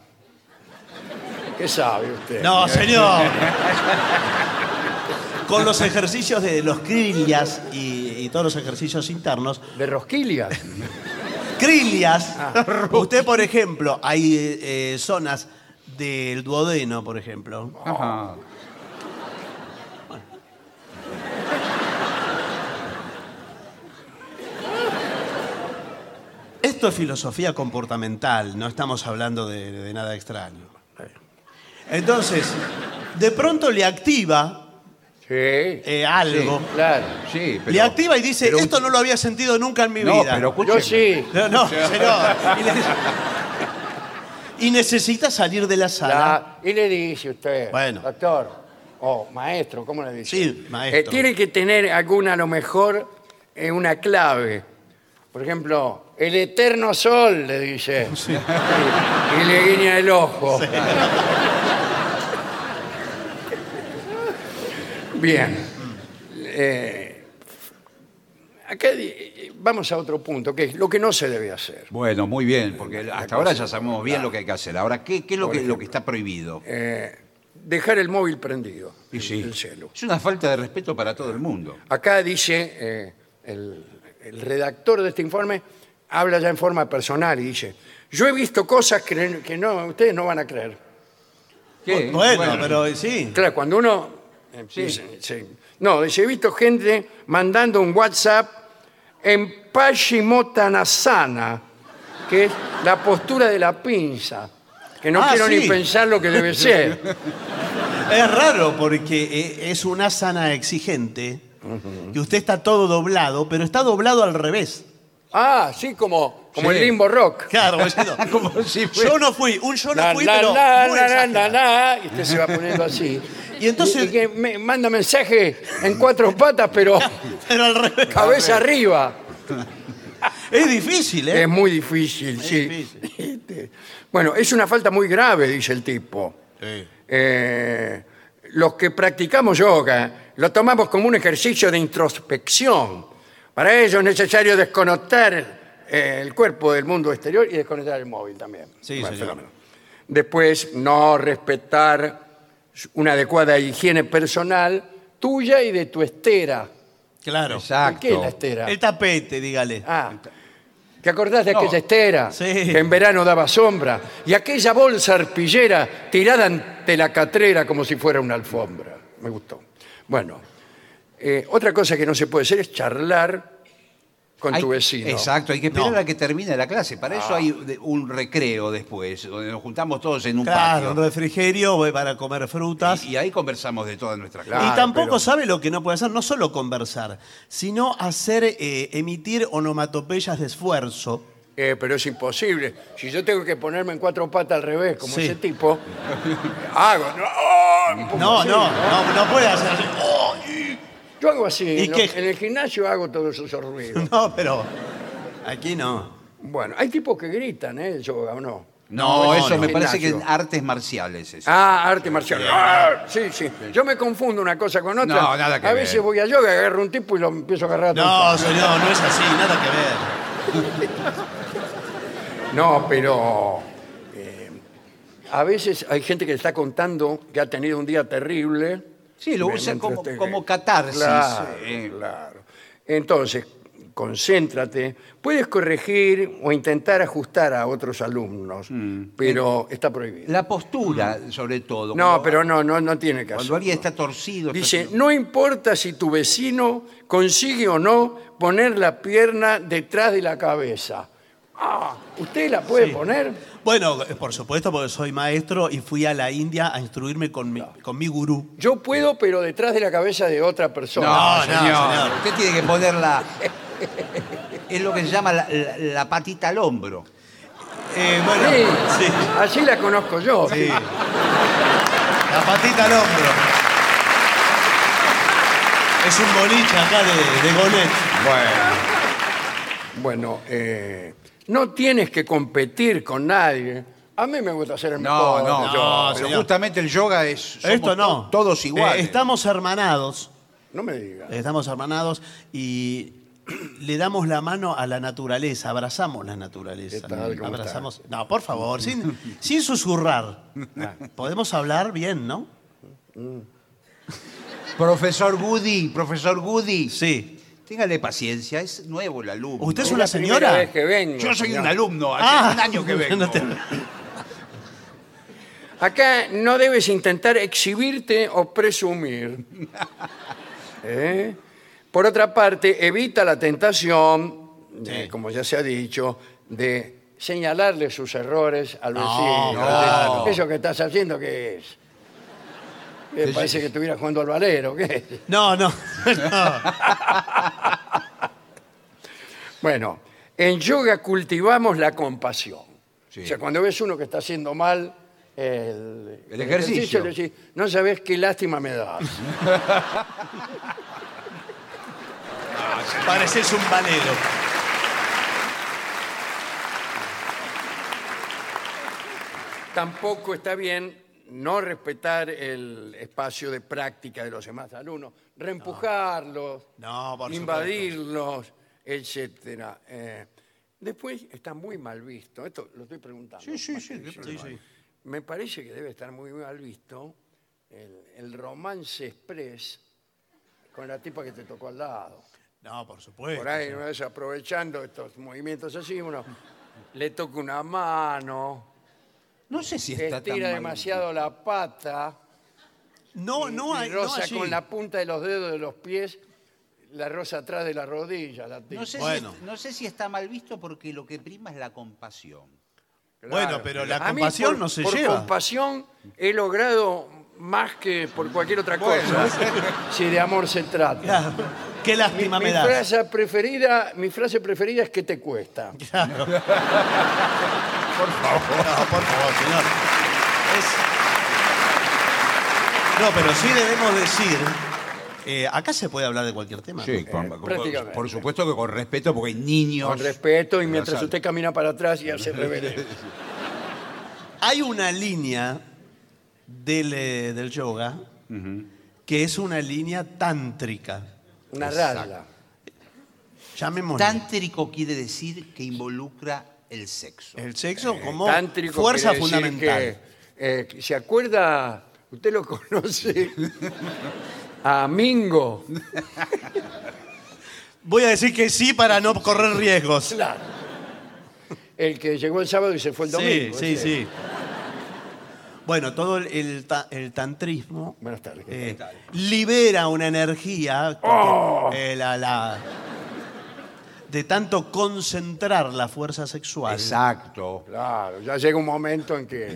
S1: ¿Qué sabe usted?
S2: No, señor. Con los ejercicios de los crillas y, y todos los ejercicios internos.
S1: ¿De rosquillas?
S2: Crillas. Usted, por ejemplo, hay eh, eh, zonas del duodeno, por ejemplo.
S4: Ajá.
S2: Esto es filosofía comportamental, no estamos hablando de, de nada extraño. Entonces, de pronto le activa
S1: Sí,
S2: eh, algo.
S1: claro.
S4: Sí, pero-
S2: le activa y dice,
S4: pero un-
S2: esto no lo había sentido nunca en mi
S4: No,
S2: vida.
S4: pero
S1: Yo
S4: escúcheme.
S1: sí.
S2: No, no, señor. Y, le- y necesita salir de la sala.
S1: La- y le dice usted,
S2: Bueno.
S1: doctor, o maestro, ¿cómo le dice?
S2: Sí, maestro.
S1: Eh, tiene que tener alguna, a lo mejor, eh, una clave. Por ejemplo, el eterno sol, le dice. Y, y le guiña el ojo. Bien. Eh, acá di- vamos a otro punto, que es lo que no se debe hacer.
S4: Bueno, muy bien, porque hasta ahora ya sabemos bien lo que hay que hacer. Ahora, ¿qué, qué es lo
S1: Por
S4: que, lo
S1: ejemplo.
S4: que está prohibido?
S1: Eh, dejar el móvil prendido.
S4: Y sí.
S1: El celu.
S4: Es una falta de respeto para todo el mundo.
S1: Acá dice eh, el, el redactor de este informe, habla ya en forma personal y dice, yo he visto cosas que, que no, ustedes no van a creer.
S4: ¿Qué?
S2: Bueno, pero sí.
S1: Claro, cuando uno... empieza- se- no, dice, he visto gente mandando un WhatsApp en Pashimotanasana, que es la postura de la pinza, que no
S2: Ah,
S1: quiero ni
S2: sí.
S1: pensar lo que debe ser.
S2: Es raro porque eh, es una sana exigente. Que usted está todo doblado, pero está doblado al revés.
S1: Ah, sí, como, como
S4: Sí.
S1: el limbo rock.
S2: Claro, boludo.
S4: Como si fuera-
S2: Yo no fui, un yo no
S1: La,
S2: fui,
S1: la,
S2: pero.
S1: la,
S2: muy
S1: la, la,
S2: exagerado.
S1: la, la, y usted se va poniendo así.
S2: Y entonces-
S1: Y que me- manda mensaje en cuatro patas, pero
S2: Pero al revés.
S1: cabeza arriba.
S2: Es difícil, ¿eh?
S1: Em, Es muy difícil, sí.
S2: difícil.
S1: Este, Bueno, es una falta muy grave, dice el tipo. Eh, los que practicamos yoga lo tomamos como un ejercicio de introspección. Para ello es necesario desconectar eh, el cuerpo del mundo exterior y desconectar el móvil también.
S2: Sí, señor.
S1: Después, no respetar una adecuada higiene personal tuya y de tu estera.
S2: Claro.
S4: Exacto.
S1: ¿Qué es la estera?
S2: El tapete, dígale.
S1: Ah, ¿te acordás de aquella estera
S2: Sí.
S1: que en verano daba sombra? Y aquella bolsa arpillera tirada ante la catrera como si fuera una alfombra. Me gustó. Bueno, eh, otra cosa que no se puede hacer es charlar con
S4: Hay-
S1: tu vecino.
S4: Exacto, hay que esperar
S2: No.
S4: a que termine la clase. Para eso hay de- un recreo después, donde nos juntamos todos en un
S2: Claro, un
S4: patio.
S2: refrigerio eh, para comer frutas.
S4: Y, y ahí conversamos de toda nuestra clase.
S1: Claro,
S2: y tampoco
S1: pero-
S2: sabe lo que no puede hacer, no solo conversar, sino hacer, eh, emitir onomatopeyas de esfuerzo.
S1: Eh, pero es imposible. Si yo tengo que ponerme en cuatro patas al revés, como
S2: Sí.
S1: ese tipo, hago. ¿no? ¡Oh!
S2: No, no, no, no puede hacer así. ¡Oh!
S1: Yo hago así.
S2: ¿Y
S1: en, lo-
S2: qué?
S1: en el gimnasio hago todos esos ruidos.
S2: No, pero aquí no.
S1: bueno, hay tipos que gritan, ¿eh? Yoga o no.
S4: No,
S2: No,
S4: eso
S2: no.
S4: me parece que en
S1: Gimnasio.
S4: artes marciales. es.
S1: Ah, arte marcial. Ah, sí, sí. Yo me confundo una cosa con otra.
S4: No, nada que
S1: a
S4: ver.
S1: veces voy a yoga, agarro un tipo y lo empiezo a agarrar. a
S2: No, señor, no es así, nada que ver.
S1: trompadas. no pero eh, a veces hay gente que está contando que ha tenido un día terrible.
S4: Sí, lo
S1: Mientras
S4: usan como,
S1: te-
S4: como catarsis.
S1: Claro,
S4: eh.
S1: claro. Entonces, concéntrate. Puedes corregir o intentar ajustar a otros alumnos, pero está prohibido.
S4: Mm. La postura, sobre todo.
S1: No,
S4: cuando-
S1: pero no, no, no tiene que hacer.
S4: Cuando alguien está torcido. está-
S1: Dice, no importa si tu vecino consigue o no poner la pierna detrás de la cabeza. Ah, ¿usted la puede poner?
S2: Bueno, eh, por supuesto, porque soy maestro y fui a la India a instruirme con mi, con mi gurú.
S1: Yo puedo, pero detrás de la cabeza de otra persona.
S4: No,
S2: No, no,
S4: señor.
S2: señor.
S4: Usted tiene que ponerla. es lo que se llama la, la- la patita al hombro.
S2: Eh, bueno,
S1: Sí.
S2: sí,
S1: Así la conozco yo.
S2: sí. La patita al hombro. Es un boliche acá de, de Gonet.
S4: Bueno.
S1: Bueno, eh, no tienes que competir con nadie. A mí me gusta ser el
S4: No,
S1: mejor.
S4: no,
S2: no,
S4: pero
S2: señor.
S4: justamente el yoga es. somos
S2: Esto no.
S4: to- Todos
S2: Eh,
S4: iguales.
S2: estamos hermanados.
S1: No me digas.
S2: Estamos hermanados y le damos la mano a la naturaleza, abrazamos la naturaleza.
S1: ¿Qué tal? ¿Cómo
S2: abrazamos. No, por favor, sin, sin susurrar. Podemos hablar bien, ¿no?
S4: Profesor Goody, profesor Goody.
S2: Sí.
S4: Téngale paciencia, es nuevo el alumno.
S2: ¿Usted es
S1: la
S2: una
S1: primera
S2: señora?
S1: vez que vengo,
S4: Yo soy
S1: señor.
S4: un alumno, hace
S2: Ah.
S4: un año que vengo.
S2: No te-
S1: Acá no debes intentar exhibirte o presumir. ¿Eh? Por otra parte, evita la tentación, de, como ya se ha dicho, de señalarle sus errores al vecino.
S2: claro.
S1: De, Eso que estás haciendo, ¿qué es? Eh, parece que estuviera jugando al valero, ¿qué es?
S2: No, no.
S1: Bueno, en yoga cultivamos la compasión.
S4: Sí.
S1: O sea, cuando ves uno que está haciendo mal el,
S4: El ejercicio.
S1: le decís, no sabes qué lástima me da.
S2: Pareces un valero.
S1: Tampoco está bien no respetar el espacio de práctica de los demás alumnos, reempujarlos,
S2: No, por
S1: invadirlos, etcétera. Eh, después está muy mal visto, esto lo estoy preguntando.
S4: Sí, sí,
S1: más
S4: sí,
S1: que
S4: sí,
S1: diciendo.
S2: sí.
S1: Me parece que debe estar muy mal visto el, el romance express con la tipa que te tocó al lado.
S2: No, por supuesto.
S1: Por ahí, una vez aprovechando estos movimientos así, uno le toca una mano
S4: No sé si está tan
S1: estira
S4: mal.
S1: demasiado la pata,
S2: No, no hay.
S1: y
S2: no
S1: roza
S2: allí.
S1: con la punta de los dedos de los pies, la roza atrás de la rodilla, la tira.
S4: No sé,
S2: Bueno.
S4: si, no sé si está mal visto porque lo que prima es la compasión.
S2: Bueno, pero la
S1: A mí
S2: compasión
S1: por-
S2: no se
S1: por
S2: lleva.
S1: compasión he logrado más que por cualquier otra cosa, ¿eh? si de amor se trata.
S2: Claro. Qué
S1: Mi,
S2: lástima
S1: mi
S2: me das.
S1: frase preferida, mi frase preferida es que te cuesta.
S2: No, por favor, señor. Es- No, pero sí debemos decir. eh, acá se puede hablar de cualquier tema. ¿no?
S4: con- con-
S1: Eh, prácticamente.
S4: por supuesto que con respeto, porque hay niños.
S1: Con respeto y mientras
S4: Abrazar.
S1: usted camina para atrás y hace rebelde.
S2: hay una línea del, eh, del yoga que es una línea tántrica.
S1: Una rala.
S2: Llamémosla.
S4: Tántrico quiere decir que involucra el sexo.
S2: el sexo como
S1: Eh, Tántrico
S2: fuerza
S1: quiere decir
S2: fundamental.
S1: que, eh, ¿Se acuerda? ¿Usted lo conoce? A Mingo.
S2: Voy a decir que sí para no correr riesgos.
S1: Claro. El que llegó el sábado y se fue el
S2: Sí,
S1: domingo.
S2: sí,
S1: ese.
S2: sí. Bueno, todo el, el ta- el tantrismo
S1: Buenas tardes.
S2: eh, libera una energía porque,
S1: Oh.
S2: eh, la- la- de tanto concentrar la fuerza sexual.
S4: Exacto.
S1: Claro, ya llega un momento en que...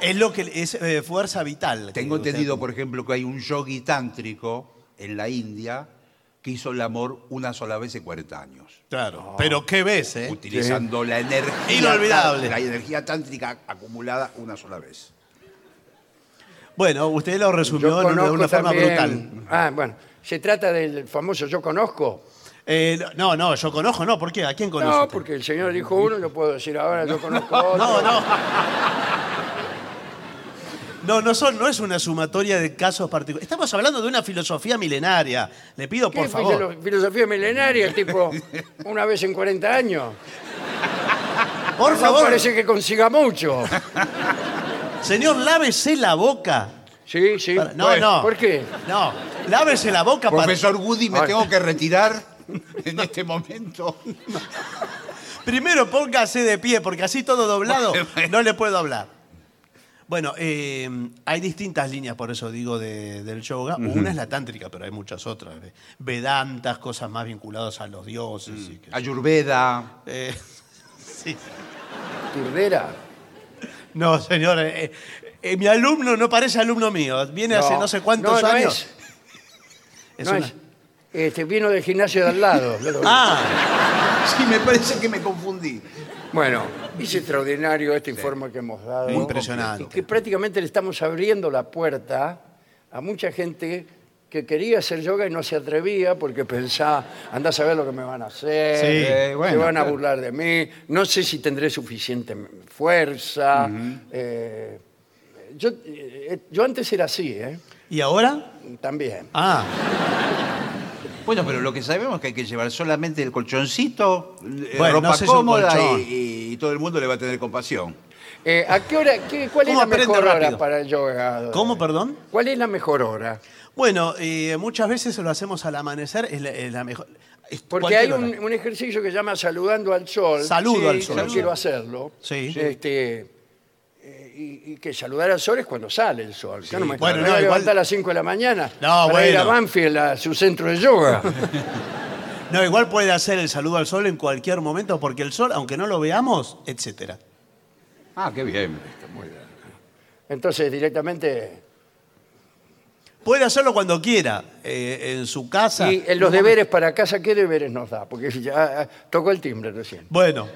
S2: Es lo que es eh, fuerza vital.
S4: Tengo
S2: que usted-
S4: entendido, por ejemplo, que hay un yogi tántrico en la India que hizo el amor una sola vez en 40 años.
S2: Claro,
S4: Ah.
S2: pero qué ves, ¿eh?
S4: Utilizando la energía.
S2: Inolvidable.
S4: La energía tántrica acumulada una sola vez.
S2: Bueno, usted lo resumió
S1: Yo
S2: de una,
S1: conozco
S2: forma
S1: también-
S2: brutal.
S1: Ah, bueno. Se trata del famoso yo conozco.
S2: Eh, no, no, yo conozco, no, ¿por qué? ¿A quién conoce?
S1: No,
S2: usted?
S1: porque el señor dijo uno, yo puedo decir ahora yo conozco otro.
S2: No, no. No, no, son, no es una sumatoria de casos particulares. Estamos hablando de una filosofía milenaria. Le pido,
S1: ¿Qué
S2: por favor.
S1: filo- filosofía milenaria, el tipo, una vez en 40 años?
S2: Por
S1: No
S2: favor,
S1: parece que consiga mucho.
S2: señor, lávese la boca.
S1: Sí, sí.
S2: Para- No,
S1: Pues,
S2: no.
S1: ¿Por qué?
S2: No, lávese la boca. para-
S4: Profesor Woody, me
S1: Ay.
S4: tengo que retirar en este momento.
S2: Primero póngase de pie, porque así todo doblado no le puedo hablar. Bueno, eh, hay distintas líneas, por eso digo, de- del yoga. Una es la tántrica, pero hay muchas otras. eh. Vedantas, cosas más vinculadas a los dioses. y que-
S4: Ayurveda.
S2: Eh, sí.
S1: Turdera.
S2: No, señor, eh, eh, mi alumno no parece alumno mío. Viene hace no sé cuántos
S1: no, no
S2: años.
S1: Es,
S2: Es
S1: no
S2: una-
S1: es. Este, vino del gimnasio de al lado. yo lo vi.
S2: Ah,
S4: Sí, me parece que me confundí.
S1: Bueno, es extraordinario este informe que hemos dado.
S2: Muy impresionante.
S1: Y que prácticamente le estamos abriendo la puerta a mucha gente que quería hacer yoga y no se atrevía porque pensaba, anda a saber lo que me van a hacer,
S2: Sí.
S4: Eh,
S1: se
S4: bueno,
S1: van a
S4: claro.
S1: burlar de mí, no sé si tendré suficiente fuerza. Eh, yo, eh, yo antes era así, ¿eh?
S2: ¿y ahora?
S1: También.
S2: Ah,
S4: Bueno, pero lo que sabemos es que hay que llevar solamente el colchoncito, eh,
S2: Bueno, no
S4: ropa
S2: sé si un
S4: cómoda
S2: colchón.
S4: y, y todo el mundo le va a tener compasión.
S1: Eh, ¿A qué hora, qué- cuál es
S2: ¿Cómo
S1: la
S2: aprende
S1: mejor hora
S2: rápido?
S1: para el yoga?
S2: ¿cómo, perdón?
S1: ¿Cuál es la mejor hora?
S2: Bueno, eh, muchas veces lo hacemos al amanecer, es la, es la mejor. es
S1: Porque hay
S2: cualquier
S1: un,
S2: hora.
S1: un ejercicio que se llama Saludando al Sol.
S2: Saludo
S1: Sí,
S2: al sol.
S1: Yo quiero hacerlo.
S2: Sí.
S1: Este, eh, y, y que saludar al sol es cuando sale el sol. Yo no me
S2: Bueno,
S1: me voy
S2: no,
S1: a
S2: igual-
S1: levantar a las 5 de la mañana
S2: No,
S1: para ir a
S2: bueno.
S1: Banfield, a su centro de yoga.
S2: No, igual puede hacer el saludo al sol en cualquier momento, porque el sol, aunque no lo veamos, etcétera.
S4: Ah, qué bien.
S1: Entonces, directamente...
S2: Puede hacerlo cuando quiera, eh, en su casa.
S1: Y en los deberes para casa, ¿qué deberes nos da? Porque ya ah, tocó el timbre recién.
S2: Bueno,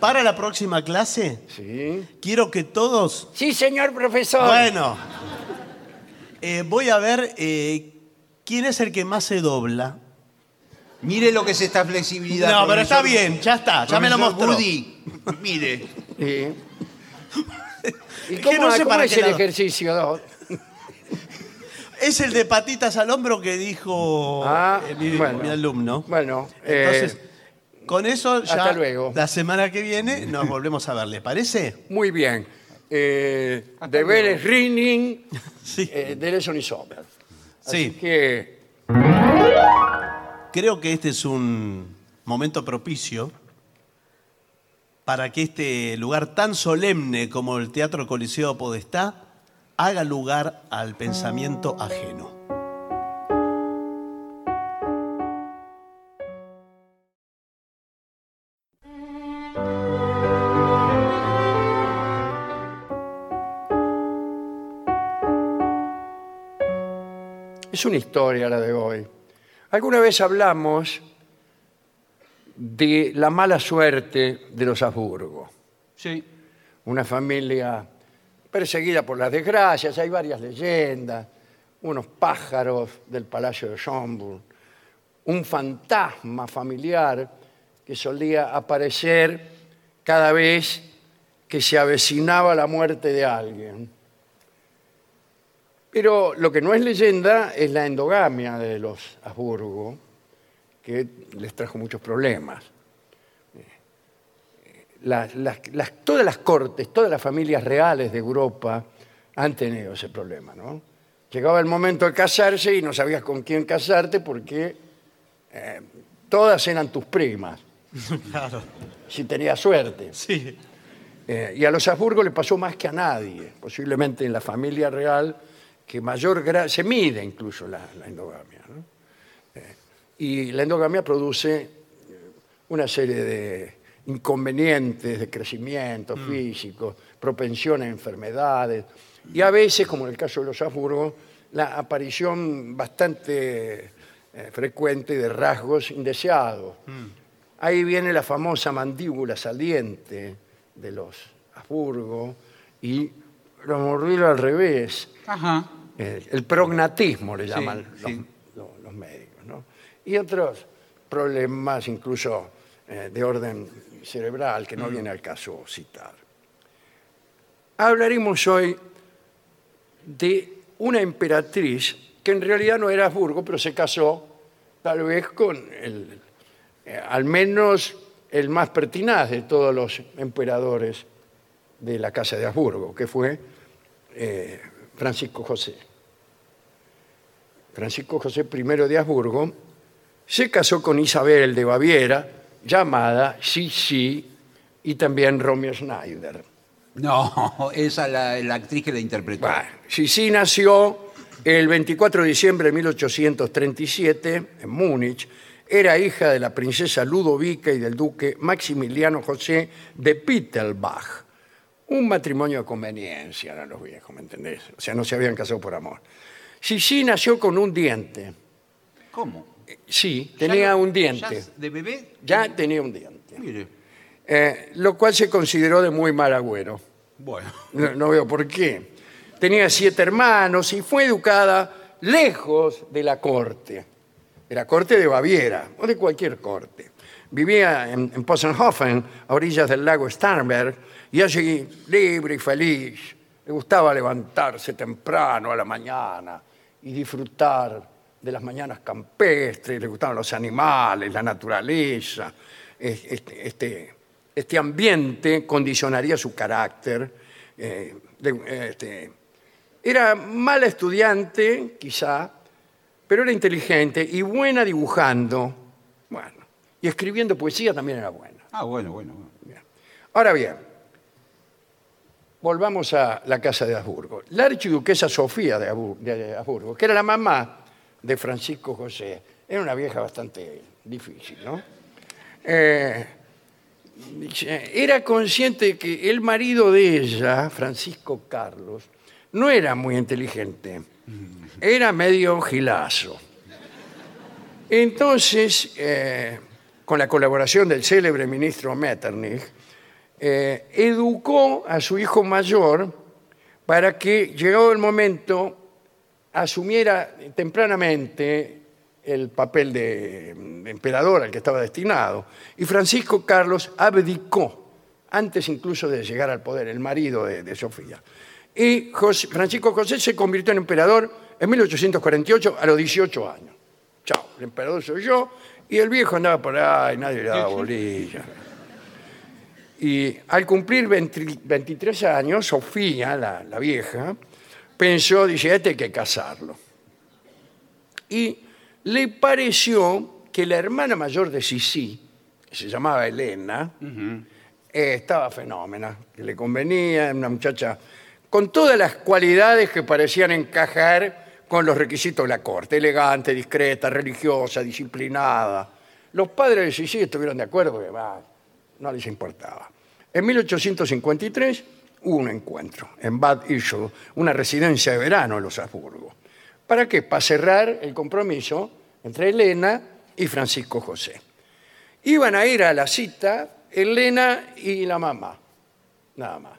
S2: para la próxima clase,
S1: Sí,
S2: quiero que todos
S1: sí señor profesor.
S2: Bueno, Eh, voy a ver eh, quién es el que más se dobla.
S4: Mire lo que es esta flexibilidad.
S2: No, pero está
S4: profesor-
S2: bien, ya está, ya me lo
S4: profesor
S2: mostró.
S4: Woody, mire.
S1: Sí. ¿Y
S2: que
S1: cómo,
S2: no sé
S1: cómo
S2: para
S1: es
S2: qué
S1: el
S2: lado.
S1: ejercicio? doc?
S2: Es el de patitas al hombro que dijo
S1: Ah,
S2: eh, mi,
S1: bueno.
S2: mi alumno.
S1: Bueno,
S2: Entonces,
S1: eh,
S2: con eso ya
S1: hasta luego.
S2: la semana que viene nos volvemos a ver, ¿le parece?
S1: Muy bien. Eh, deberes Rinning,
S2: Sí,
S1: eh, de Lesson y Sommer. Así
S2: sí.
S1: que
S2: Creo que este es un momento propicio para que este lugar tan solemne como el Teatro Coliseo Podestá haga lugar al pensamiento ajeno.
S1: es una historia la de hoy. Alguna vez hablamos de la mala suerte de los Habsburgo,
S4: Sí.
S1: una familia perseguida por las desgracias, hay varias leyendas, unos pájaros del Palacio de Schomburg, un fantasma familiar que solía aparecer cada vez que se avecinaba la muerte de alguien. Pero lo que no es leyenda es la endogamia de los Habsburgo, que les trajo muchos problemas. Las- las- las- todas las cortes, todas las familias reales de Europa han tenido ese problema, ¿no? Llegaba el momento de casarse y no sabías con quién casarte porque eh, todas eran tus primas,
S2: Claro.
S1: si tenías suerte.
S2: Sí.
S1: Eh, y a los Habsburgo le pasó más que a nadie, posiblemente en la familia real, que mayor gra- se mide incluso la, la endogamia. ¿no? Eh, y la endogamia produce eh, una serie de inconvenientes de crecimiento físico, propensión a enfermedades, y a veces, como en el caso de los Habsburgo, la aparición bastante eh, frecuente de rasgos indeseados. Ahí viene la famosa mandíbula saliente de los Habsburgo y los mordidos al revés.
S4: Ajá.
S1: Eh, el prognatismo le llaman los,
S4: sí.
S1: lo- los médicos. ¿no? Y otros problemas incluso eh, de orden cerebral que no viene al caso citar. Hablaremos hoy de una emperatriz que en realidad no era Habsburgo, pero se casó tal vez con el, eh, al menos el más pertinaz de todos los emperadores de la Casa de Habsburgo, que fue eh, Francisco José. Francisco José I de Habsburgo se casó con Isabel de Baviera, llamada Sisi, y también Romeo Schneider.
S4: No, esa es la, la actriz que la interpretó.
S1: Bueno, Sisi nació el 24 de diciembre de 1837 en Múnich. Era hija de la princesa Ludovica y del duque Maximiliano José de Pittelbach. Un matrimonio de conveniencia eran los viejos, ¿me entendés? O sea, no se habían casado por amor. Sisi nació con un diente.
S4: ¿Cómo?
S1: Sí,
S4: Ya
S1: tenía
S4: no-
S1: un
S4: ya
S1: diente.
S4: ¿De bebé?
S1: Ya tenía un diente.
S4: Mire.
S1: Eh, lo cual se consideró de muy mal agüero.
S4: Bueno.
S1: No, no veo por qué. Tenía siete hermanos y fue educada lejos de la corte, de la corte de Baviera o de cualquier corte. Vivía en, en Possenhofen, a orillas del lago Starnberg, y allí, libre y feliz, le gustaba levantarse temprano a la mañana y disfrutar de las mañanas campestres, le gustaban los animales, la naturaleza, Es- este, este- este ambiente condicionaría su carácter. eh, de- este, era mala estudiante, quizá, pero era inteligente y buena dibujando. Bueno, y escribiendo poesía también era buena.
S4: Ah, bueno, bueno. bueno.
S1: Ahora bien, volvamos a la casa de Habsburgo. La archiduquesa Sofía de Habur- de Habsburgo, que era la mamá de Francisco José, era una vieja bastante difícil, ¿no? Eh, dice, era consciente que el marido de ella, Francisco Carlos, no era muy inteligente, era medio gilazo. Entonces, eh, con la colaboración del célebre ministro Metternich, eh, educó a su hijo mayor para que, llegado el momento, asumiera tempranamente el papel de mm, emperador al que estaba destinado. Y Francisco Carlos abdicó, antes incluso de llegar al poder, el marido de, de Sofía. Y José- Francisco José se convirtió en emperador en 1848 a los 18 años. Chao, el emperador soy yo. Y el viejo andaba por ahí, nadie le daba bolilla. Y al cumplir 20 23 años, Sofía, la, la vieja, pensó, dice, este hay que casarlo. Y le pareció que la hermana mayor de Sisi, que se llamaba Elena, eh, estaba fenómena, que le convenía, una muchacha con todas las cualidades que parecían encajar con los requisitos de la corte, elegante, discreta, religiosa, disciplinada. Los padres de Sisi estuvieron de acuerdo, que bah, no les importaba. En 1853 hubo un encuentro en Bad Ischl, una residencia de verano en los Habsburgo. ¿Para qué? Para cerrar el compromiso entre Elena y Francisco José iban a ir a la cita Elena y la mamá, nada más.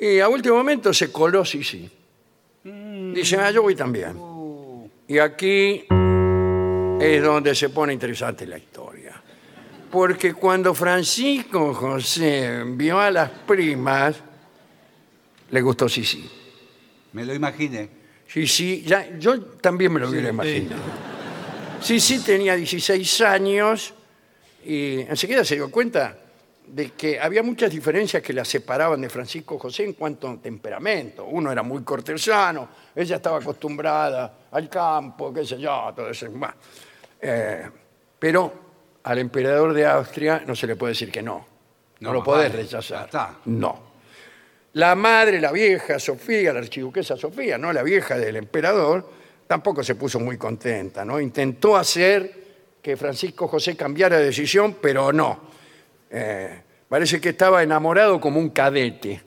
S1: Y a último momento se coló Sisi. Dicen, ah, yo voy también. Y aquí es donde se pone interesante la historia. porque cuando Francisco José vio a las primas, le gustó Sisi.
S4: Me lo imaginé.
S1: Sisi, ya, yo también me lo hubiera imaginado. Sisi tenía 16 años y enseguida se dio cuenta de que había muchas diferencias que la separaban de Francisco José en cuanto a temperamento. Uno era muy cortesano, ella estaba acostumbrada al campo, qué sé yo, todo eso. Bah. Eh, pero al emperador de Austria no se le puede decir que no. No,
S4: No,
S1: lo
S4: más
S1: podés
S4: vale.
S1: rechazar.
S4: Ya está.
S1: No. La madre, la vieja Sofía, la archiduquesa Sofía, no la vieja del emperador, tampoco se puso muy contenta, ¿no? Intentó hacer que Francisco José cambiara de decisión, pero no. Eh, parece que estaba enamorado como un cadete,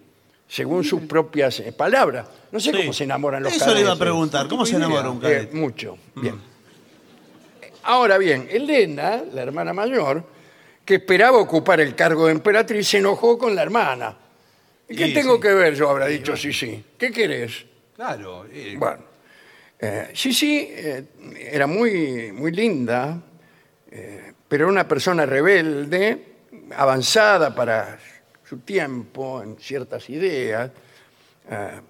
S1: según sus propias eh, palabras. No sé
S2: Sí.
S1: cómo se enamoran los
S2: Eso le iba a
S1: cadetes.
S2: preguntar. ¿Cómo se enamora un
S1: Eh,
S2: cadete? Mm.
S1: mucho. Bien. Ahora bien, Elena, la hermana mayor, que esperaba ocupar el cargo de emperatriz, se enojó con la hermana. ¿Y qué
S2: Sí,
S1: tengo
S2: sí.
S1: que ver? Yo habrá dicho, sí, sí. ¿Qué querés?
S4: Claro. eh,
S1: Bueno, eh, Sisi eh, era muy, muy linda, eh, pero era una persona rebelde, avanzada para su tiempo en ciertas ideas. Eh,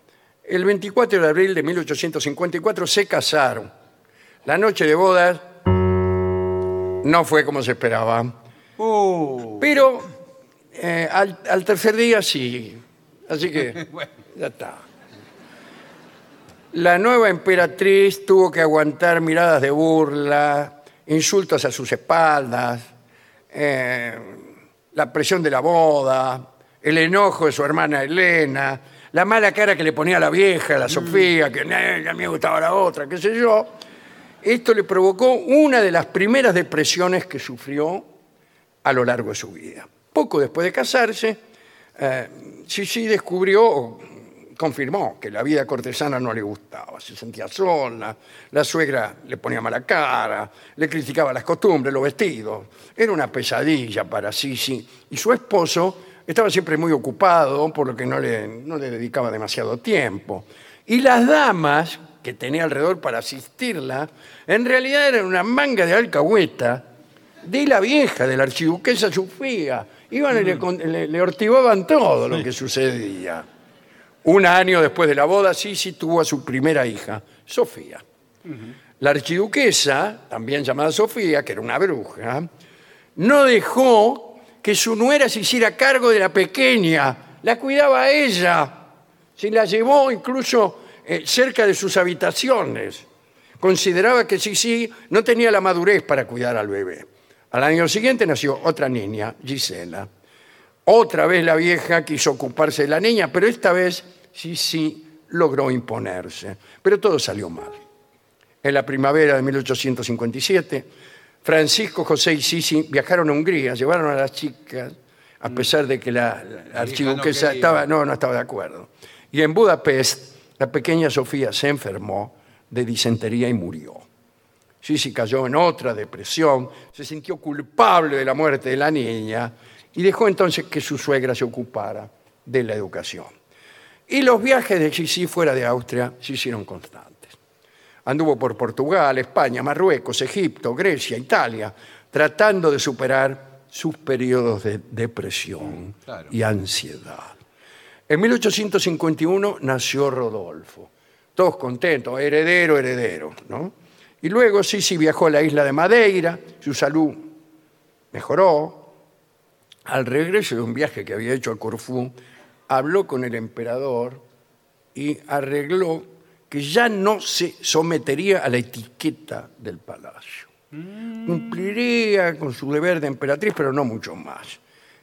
S1: el 24 de abril de 1854 se casaron. La noche de bodas no fue como se esperaba.
S4: uh,
S1: Pero eh, al, al tercer día sí. Así que
S4: Bueno.
S1: ya está. La nueva emperatriz tuvo que aguantar miradas de burla, insultos a sus espaldas, eh, la presión de la boda, el enojo de su hermana Elena, la mala cara que le ponía la vieja, la Sofía, que "Eh, a mí me gustaba la otra, qué sé yo. Esto le provocó una de las primeras depresiones que sufrió a lo largo de su vida. Poco después de casarse, eh, Sisi descubrió, o confirmó que la vida cortesana no le gustaba, se sentía sola, la suegra le ponía mala cara, le criticaba las costumbres, los vestidos, era una pesadilla para Sisi y su esposo estaba siempre muy ocupado, por lo que no le, no le dedicaba demasiado tiempo. Y las damas que tenía alrededor para asistirla, en realidad eran una manga de alcahueta de la vieja, de la archiduquesa Sofía. Iban y le, con- le- le ortigaban todo lo que sucedía. Un año después de la boda, Sisi tuvo a su primera hija, Sofía. La archiduquesa, también llamada Sofía, que era una bruja, no dejó que su nuera se hiciera cargo de la pequeña. La cuidaba a ella. Se la llevó incluso eh, cerca de sus habitaciones. Consideraba que Sisi no tenía la madurez para cuidar al bebé. Al año siguiente nació otra niña, Gisela. Otra vez la vieja quiso ocuparse de la niña, pero esta vez Sisi logró imponerse. Pero todo salió mal. En la primavera de 1857, Francisco, José y Sisi viajaron a Hungría, llevaron a las chicas, a pesar de que la, la archiduquesa
S4: quería.
S1: estaba, no, no estaba de acuerdo. Y en Budapest, la pequeña Sofía se enfermó de disentería y murió. Sisi cayó en otra depresión, se sintió culpable de la muerte de la niña y dejó entonces que su suegra se ocupara de la educación. Y los viajes de Sisi fuera de Austria se hicieron constantes. Anduvo por Portugal, España, Marruecos, Egipto, Grecia, Italia, tratando de superar sus periodos de depresión
S4: claro.
S1: y ansiedad. En 1851 nació Rodolfo. Todos contentos, heredero, heredero, ¿no? Y luego Sisi viajó a la isla de Madeira, su salud mejoró. Al regreso de un viaje que había hecho a Corfú, habló con el emperador y arregló que ya no se sometería a la etiqueta del palacio. Cumpliría con su deber de emperatriz, pero no mucho más.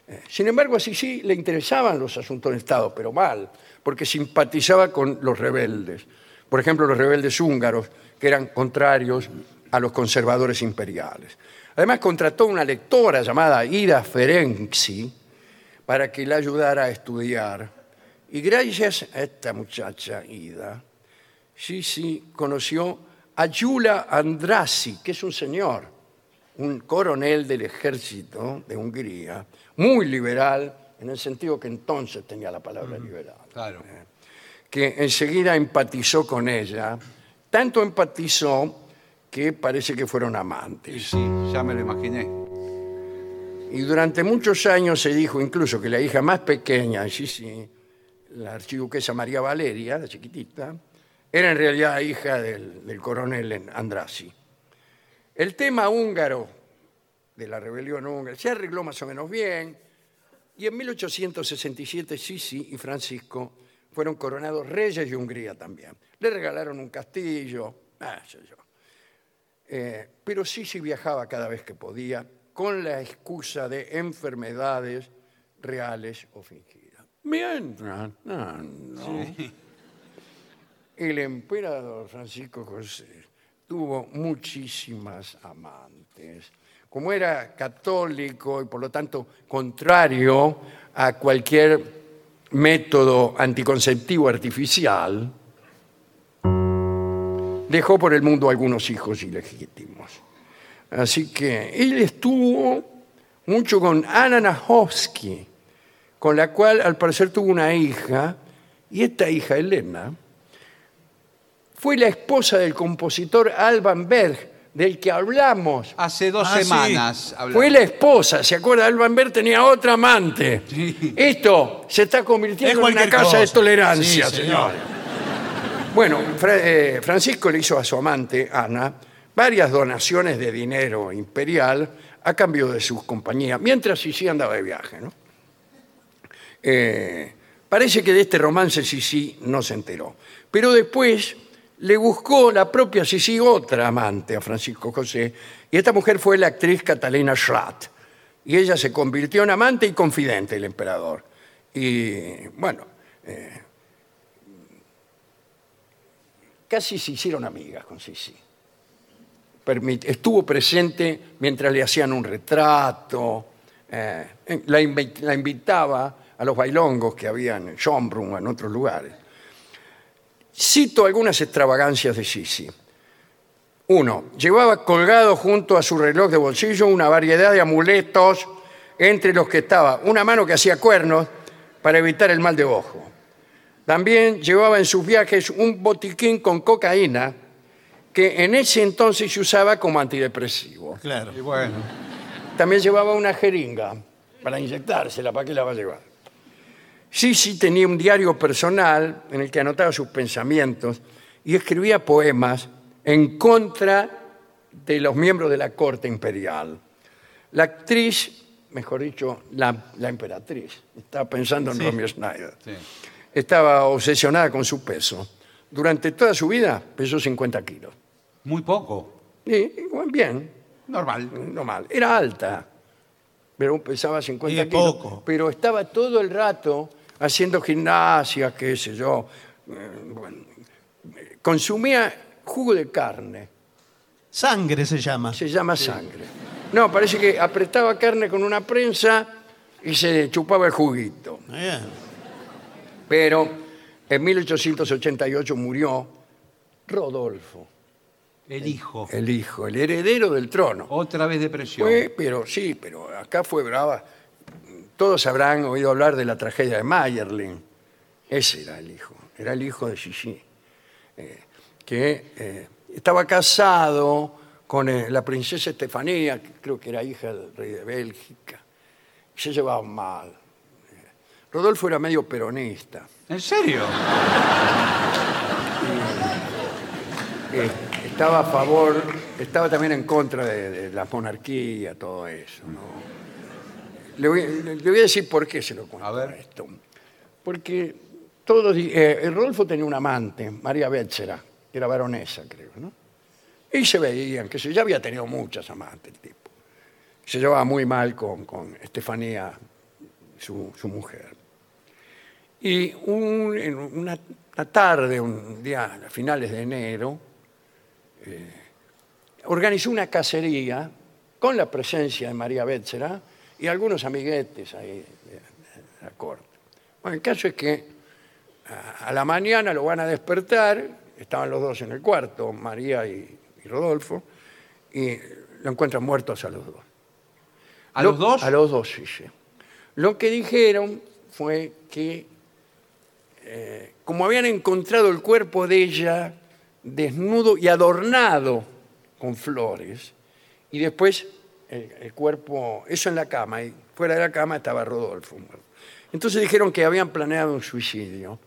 S1: Eh, Sin embargo, así sí le interesaban los asuntos del Estado, pero mal, porque simpatizaba con los rebeldes. Por ejemplo, los rebeldes húngaros, que eran contrarios a los conservadores imperiales. Además, contrató una lectora llamada Ida Ferenczi, para que la ayudara a estudiar. Y gracias a esta muchacha, Ida, Sisi conoció a Yula Andrassi, que es un señor, un coronel del ejército de Hungría, muy liberal, en el sentido que entonces tenía la palabra liberal
S4: claro.
S1: que enseguida empatizó con ella, tanto empatizó que parece que fueron amantes.
S4: Sí, ya me lo imaginé.
S1: Y durante muchos años se dijo incluso que la hija más pequeña, sí, sí, la archiduquesa María Valeria, la chiquitita, era en realidad la hija del, del coronel Andrassi. El tema húngaro de la rebelión húngara se arregló más o menos bien y en 1867 Sisi y Francisco fueron coronados reyes de Hungría también. Le regalaron un castillo, ah, sé yo. Eh, pero Sisi viajaba cada vez que podía con la excusa de enfermedades reales o fingidas. Mientras, no, no. el emperador Francisco José tuvo muchísimas amantes. Como era católico y por lo tanto contrario a cualquier método anticonceptivo artificial, dejó por el mundo algunos hijos ilegítimos. Así que él estuvo mucho con Anna Nahowski, con la cual al parecer tuvo una hija, y esta hija, Elena, fue la esposa del compositor Alban Berg, del que hablamos.
S4: Hace dos
S2: Ah, sí.
S4: semanas hablamos.
S1: Fue la esposa, ¿se acuerda? Alban Berg tenía otra amante. Esto se está
S2: Es
S1: convirtiendo en una
S2: cualquier
S1: casa de
S2: cosa.
S1: tolerancia,
S2: Sí,
S1: señor.
S2: señor.
S1: Bueno, Fra- eh, Francisco le hizo a su amante, Ana, varias donaciones de dinero imperial a cambio de sus compañías, mientras Sisi andaba de viaje, ¿no? Eh, parece que de este romance Sisi no se enteró. Pero después le buscó la propia Sisi otra amante a Francisco José, y esta mujer fue la actriz Catalina Schratt. Y ella se convirtió en amante y confidente del emperador. Y bueno, eh, casi se hicieron amigas con Sisi. Permit- Estuvo presente mientras le hacían un retrato, eh, la, invi- la invitaba a los bailongos que había en Schönbrunn o en otros lugares. Cito algunas extravagancias de Sisi. Uno, llevaba colgado junto a su reloj de bolsillo una variedad de amuletos, entre los que estaba una mano que hacía cuernos para evitar el mal de ojo. También llevaba en sus viajes un botiquín con cocaína que en ese entonces se usaba como antidepresivo.
S2: Claro.
S4: Y bueno,
S1: También llevaba una jeringa para inyectársela, ¿para qué la va a llevar? Sisi tenía un diario personal en el que anotaba sus pensamientos y escribía poemas en contra de los miembros de la corte imperial. La actriz, mejor dicho, la, la emperatriz, estaba pensando en Romeo Schneider, estaba obsesionada con su peso. Durante toda su vida pesó 50 kilos.
S4: muy poco.
S1: Y, y, bueno, bien,
S4: Normal.
S1: no mal, era alta, pero pesaba 50
S2: Y
S1: kilos.
S2: poco.
S1: Pero estaba todo el rato haciendo gimnasia, qué sé yo. eh, bueno, eh, consumía jugo de carne,
S2: Sangre se llama.
S1: se llama sangre. No, parece que apretaba carne con una prensa y se chupaba el juguito.
S2: Bien.
S1: Pero en 1888 murió Rodolfo,
S4: El hijo.
S1: el hijo, el heredero del trono.
S4: Otra vez depresión.
S1: Fue, pero sí, pero acá fue brava. Todos habrán oído hablar de la tragedia de Mayerlin. Ese era el hijo, era el hijo de Sisi, eh, que eh, estaba casado con eh, la princesa Estefanía, que creo que era hija del rey de Bélgica. Se llevaban mal. Rodolfo era medio peronista.
S4: ¿En serio?
S1: Eh, estaba a favor, estaba también en contra de, de la monarquía, todo eso. ¿no? Le, voy, le voy a decir por qué se lo cuento
S4: A ver.
S1: esto. Porque todos, di- eh, Rodolfo tenía un amante, María Betzera, que era baronesa, creo, ¿no? Y se veían, que se, ya había tenido muchas amantes el tipo. Se llevaba muy mal con, con Estefanía, su, su mujer. Y un- en una, una tarde, un día a finales de enero, eh, organizó una cacería con la presencia de María Betzera y algunos amiguetes ahí de- de la corte. Bueno, el caso es que a, a la mañana lo van a despertar, estaban los dos en el cuarto, María y, y Rodolfo, y lo encuentran muertos a los dos.
S4: ¿A
S1: Lo-
S4: los dos?
S1: A los dos, sí, sí. Lo que dijeron fue que, eh, como habían encontrado el cuerpo de ella desnudo y adornado con flores, y después el, el cuerpo, eso en la cama, y fuera de la cama estaba Rodolfo. muerto. Entonces dijeron que habían planeado un suicidio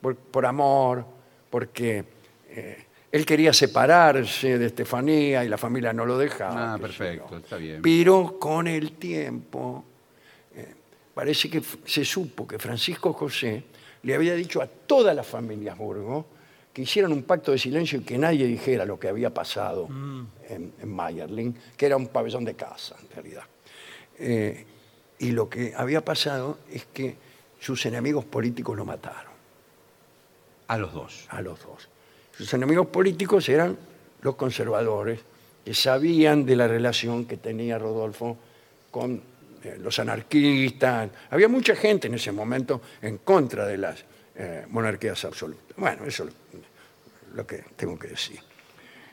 S1: por, por amor, porque eh, él quería separarse de Estefanía y la familia no lo dejaba.
S4: Ah,
S1: qué sé
S4: perfecto,
S1: yo.
S4: está bien.
S1: Pero con el tiempo, eh, parece que f- se supo que Francisco José le había dicho a todas las familias Burgo que hicieran un pacto de silencio y que nadie dijera lo que había pasado en, en Mayerling, que era un pabellón de casa, en realidad. Eh, y lo que había pasado es que sus enemigos políticos lo mataron
S4: A los dos.
S1: a los dos. Sus enemigos políticos eran los conservadores, que sabían de la relación que tenía Rodolfo con eh, los anarquistas. Había mucha gente en ese momento en contra de las eh, monarquías absolutas. Bueno, eso es lo- lo que tengo que decir.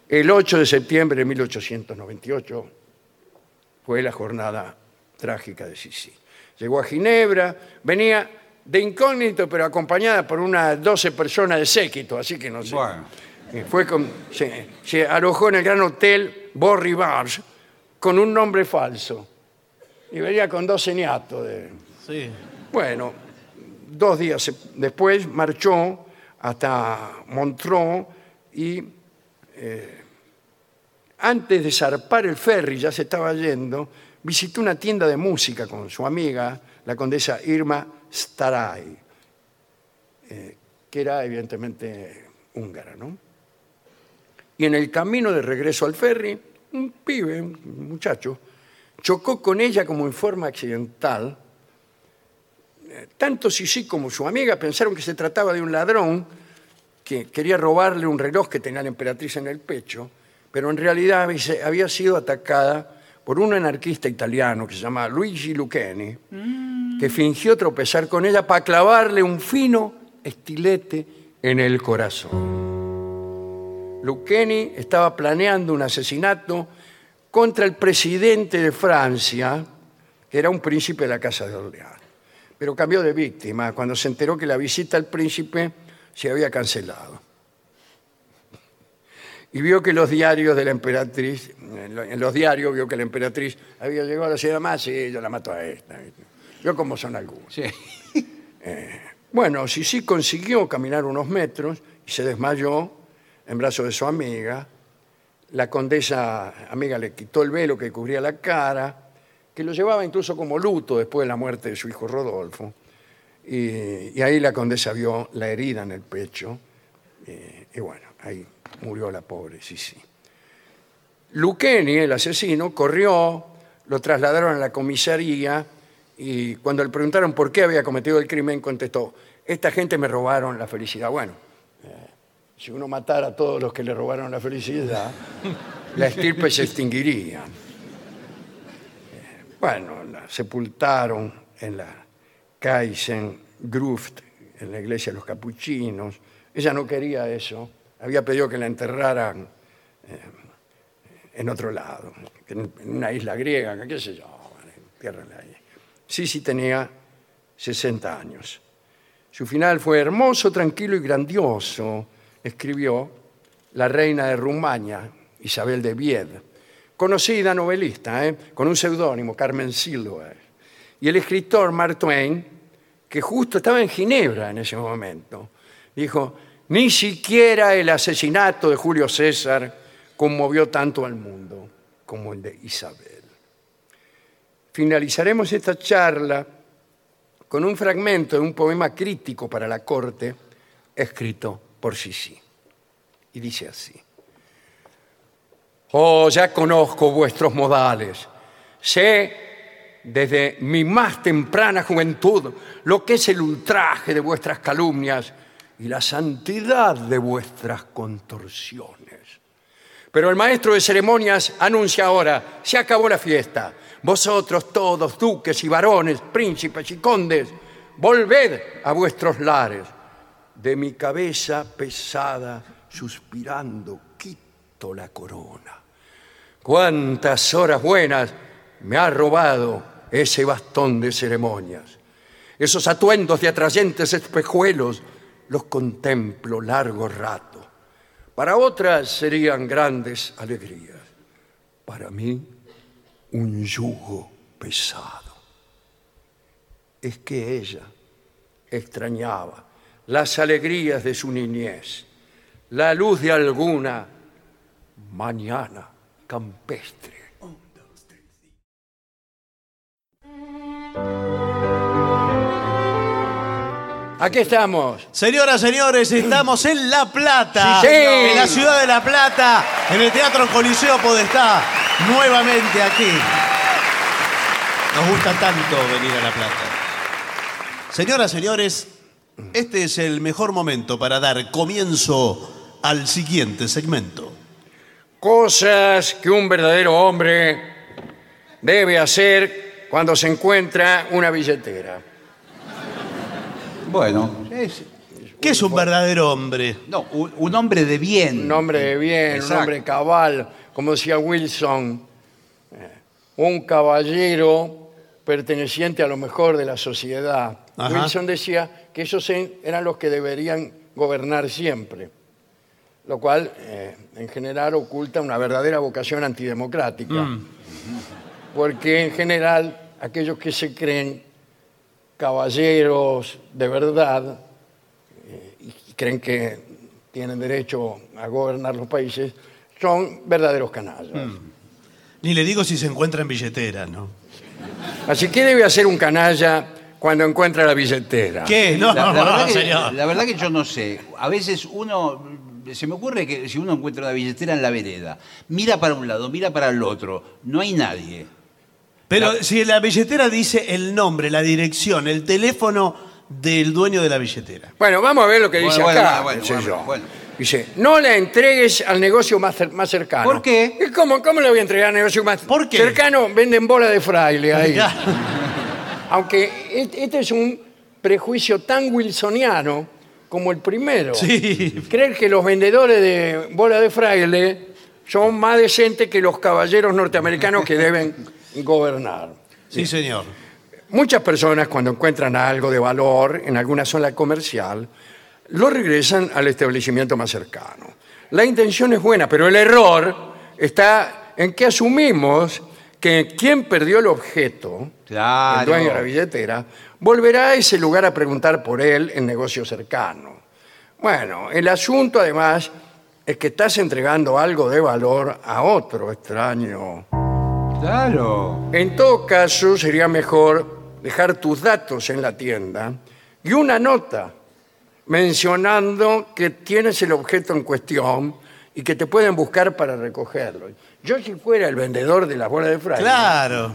S1: El 8 de septiembre de 1898 fue la jornada trágica de Sisi. Llegó a Ginebra, venía de incógnito, pero acompañada por unas 12 personas de séquito, así que no sé.
S4: Bueno.
S1: Eh, Fue con- se, se alojó en el gran hotel Borri Bars con un nombre falso. Y venía con dos niatos de,
S2: Sí.
S1: bueno, dos días se- después marchó hasta Montreux y eh, antes de zarpar el ferry, ya se estaba yendo, visitó una tienda de música con su amiga, la condesa Irma Staray, eh, que era evidentemente húngara, ¿no? Y en el camino de regreso al ferry, un pibe, un muchacho, chocó con ella como en forma accidental tanto Sisi como su amiga pensaron que se trataba de un ladrón que quería robarle un reloj que tenía la emperatriz en el pecho, pero en realidad habise- había sido atacada por un anarquista italiano que se llama Luigi Lucchini, que fingió tropezar con ella para clavarle un fino estilete en el corazón. Lucchini estaba planeando un asesinato contra el presidente de Francia, que era un príncipe de la Casa de Orleans. Pero cambió de víctima cuando se enteró que la visita al príncipe se había cancelado. Y vio que los diarios de la emperatriz, en lo- en los diarios vio que la emperatriz había llegado a la ciudad más y yo la mato a esta. ¿viste? Yo como son algunos.
S4: Sí.
S1: Bueno, Sisi consiguió caminar unos metros y se desmayó en brazos de su amiga. La condesa amiga le quitó el velo que cubría la cara, que lo llevaba incluso como luto después de la muerte de su hijo Rodolfo. Y, y ahí la condesa vio la herida en el pecho. eh, y bueno, ahí murió la pobre Sisi. Luqueni, el asesino, corrió, lo trasladaron a la comisaría y cuando le preguntaron por qué había cometido el crimen, contestó, esta gente me robaron la felicidad. Bueno, eh, si uno matara a todos los que le robaron la felicidad, la estirpe se extinguiría. Eh, Bueno, la sepultaron en la Kaisen Gruft, en la iglesia de los capuchinos. Ella no quería eso, había pedido que la enterraran en otro lado, en en una isla griega, qué sé yo, entiérrenla ahí. Sisi tenía 60 años. Su final fue hermoso, tranquilo y grandioso, escribió la reina de Rumania, Isabel de Bied, conocida novelista, ¿eh? con un seudónimo, Carmen Silva, y el escritor Mark Twain, que justo estaba en Ginebra en ese momento, dijo, ni siquiera el asesinato de Julio César conmovió tanto al mundo como el de Isabel. Finalizaremos esta charla con un fragmento de un poema crítico para la corte escrito por Sisi. Y dice así. Oh, ya conozco vuestros modales. Sé desde mi más temprana juventud lo que es el ultraje de vuestras calumnias y la santidad de vuestras contorsiones. Pero el maestro de ceremonias anuncia ahora, se acabó la fiesta. Vosotros todos, duques y varones, príncipes y condes, volved a vuestros lares. De mi cabeza pesada, suspirando, quito la corona. Cuántas horas buenas me ha robado ese bastón de ceremonias. Esos atuendos de atrayentes espejuelos los contemplo largo rato. Para otras serían grandes alegrías. Para mí, un yugo pesado. Es que ella extrañaba las alegrías de su niñez, la luz de alguna mañana campestre. Aquí estamos.
S2: Señoras, señores, estamos en La Plata.
S1: Sí, sí.
S2: En la ciudad de La Plata, en el Teatro Coliseo Podestá. Nuevamente aquí. Nos gusta tanto venir a La Plata. Señoras, señores, este es el mejor momento para dar comienzo al siguiente segmento.
S1: Cosas que un verdadero hombre debe hacer cuando se encuentra una billetera.
S4: Bueno, es-
S2: ¿Qué es un verdadero hombre?
S4: no, un, un hombre de bien.
S1: Un hombre de bien, un
S4: Exacto.
S1: hombre cabal, como decía Wilson, eh, un caballero perteneciente a lo mejor de la sociedad.
S2: Ajá.
S1: Wilson decía que esos en- eran los que deberían gobernar siempre, lo cual eh, en general oculta una verdadera vocación antidemocrática, porque en general aquellos que se creen caballeros de verdad, eh, y creen que tienen derecho a gobernar los países, son verdaderos canallas.
S2: Ni le digo si se encuentra en billetera, ¿no?
S1: Así que debe hacer un canalla cuando encuentra la billetera.
S2: ¿Qué? No,
S4: Ah. La, la verdad que,
S2: señor.
S4: la verdad que yo no sé. A veces uno, se me ocurre que si uno encuentra una billetera en la vereda, mira para un lado, mira para el otro, no hay nadie.
S2: Pero si en la billetera dice el nombre, la dirección, el teléfono del dueño de la billetera.
S1: Bueno, vamos a ver lo que
S4: Bueno,
S1: dice
S4: bueno,
S1: acá.
S4: bueno,
S1: qué sé
S4: bueno,
S1: yo.
S4: bueno.
S1: Dice, no la entregues al negocio más, cer- más cercano.
S4: ¿Por qué?
S1: ¿Y ¿Cómo, ¿Cómo la voy a entregar al negocio más
S2: ¿Por qué?
S1: cercano? Venden bola de fraile ahí.
S2: Ya.
S1: Aunque et- este es un prejuicio tan wilsoniano como el primero.
S2: Sí.
S1: Creer que los vendedores de bola de fraile son más decentes que los caballeros norteamericanos que deben gobernar.
S2: Sí, señor.
S1: Muchas personas cuando encuentran algo de valor en alguna zona comercial, lo regresan al establecimiento más cercano. La intención es buena, pero el error está en que asumimos que quien perdió el objeto, el dueño de la billetera, volverá a ese lugar a preguntar por él en negocio cercano. Bueno, el asunto además es que estás entregando algo de valor a otro extraño.
S4: Claro.
S1: En todo caso, sería mejor dejar tus datos en la tienda y una nota mencionando que tienes el objeto en cuestión y que te pueden buscar para recogerlo. Yo si fuera el vendedor de las bolas de fraile,
S2: Claro.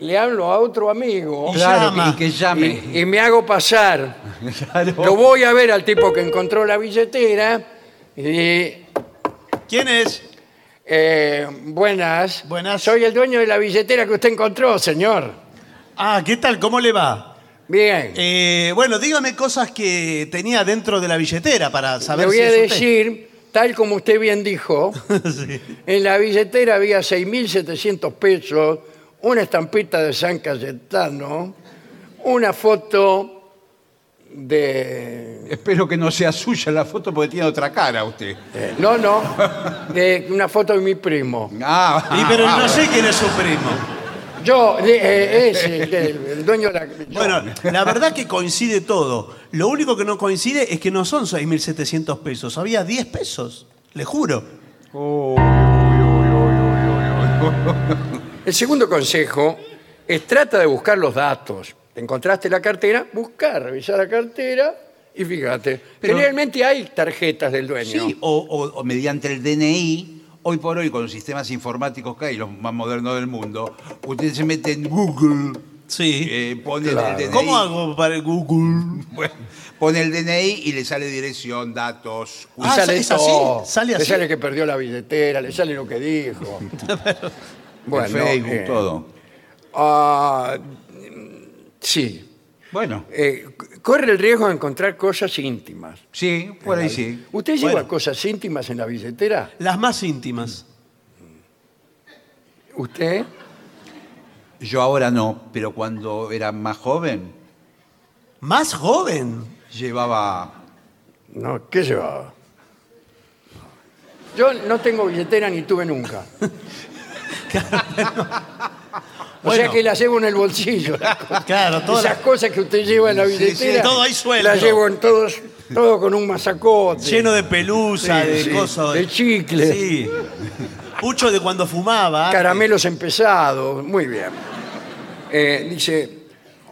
S1: le hablo a otro amigo
S2: Y Claro,
S4: Llama.
S2: y
S4: que llame.
S1: y, y me hago pasar. Lo voy a ver al tipo que encontró la billetera y...
S2: ¿Quién es?
S1: eh, buenas.
S2: Buenas.
S1: Soy el dueño de la billetera que usted encontró, señor.
S2: Ah, ¿qué tal? ¿Cómo le va?
S1: Bien.
S2: Eh, bueno, dígame cosas que tenía dentro de la billetera para
S1: Le
S2: saber
S1: voy
S2: si
S1: a
S2: es usted.
S1: decir, tal como usted bien dijo,
S2: Sí.
S1: en la billetera había 6.700 pesos, una estampita de San Cayetano, una foto de...
S4: Espero que no sea suya la foto porque tiene otra cara usted.
S1: eh, no, no, de una foto de mi primo.
S4: Ah,
S2: Y pero no sé quién es su primo.
S1: Yo, de- eh, ese, el, del- el dueño de la... yo.
S2: Bueno, la verdad que coincide todo. Lo único que no coincide es que no son 6.700 pesos. Había 10 pesos, le juro.
S1: El segundo consejo es trata de buscar los datos. Te encontraste la cartera, buscar, revisar la cartera y fíjate. Generalmente hay tarjetas del dueño.
S4: Sí, o, o- o mediante el DNI. Hoy por hoy, con los sistemas informáticos que hay, los más modernos del mundo, usted se mete en Google,
S2: Sí.
S4: eh, pone el DNI.
S2: ¿Cómo hago para el Google?
S4: Bueno, pone el DNI y le sale dirección, datos.
S1: Y
S2: Ah,
S1: sale
S2: ¿es así?
S1: todo.
S2: ¿Sale
S1: Le
S2: así?
S1: sale que perdió la billetera, le sale lo que dijo. bueno,
S4: Facebook,
S1: eh,
S4: todo.
S1: ah, sí.
S4: Bueno,
S1: Eh, corre el riesgo de encontrar cosas íntimas.
S4: sí, por ahí sí.
S1: ¿Usted lleva
S2: Bueno.
S1: cosas íntimas en la billetera?
S2: Las más íntimas.
S1: ¿Usted?
S4: Yo ahora no, pero cuando era más joven,
S2: ¿Más joven?
S4: llevaba.
S1: No, ¿qué llevaba? Yo no tengo billetera ni tuve nunca. O sea
S2: Bueno.
S1: que la llevo en el bolsillo.
S2: Claro, todas
S1: Esas
S2: las-
S1: cosas que usted lleva en la billetera.
S2: sí, todo ahí suelto.
S1: Las llevo en todos, todo con un masacote.
S2: Lleno de pelusa,
S1: Sí,
S2: de
S1: sí,
S2: cosas.
S1: de chicle.
S2: Sí. Pucho de cuando fumaba.
S1: caramelos empezados. Muy bien. Eh, dice,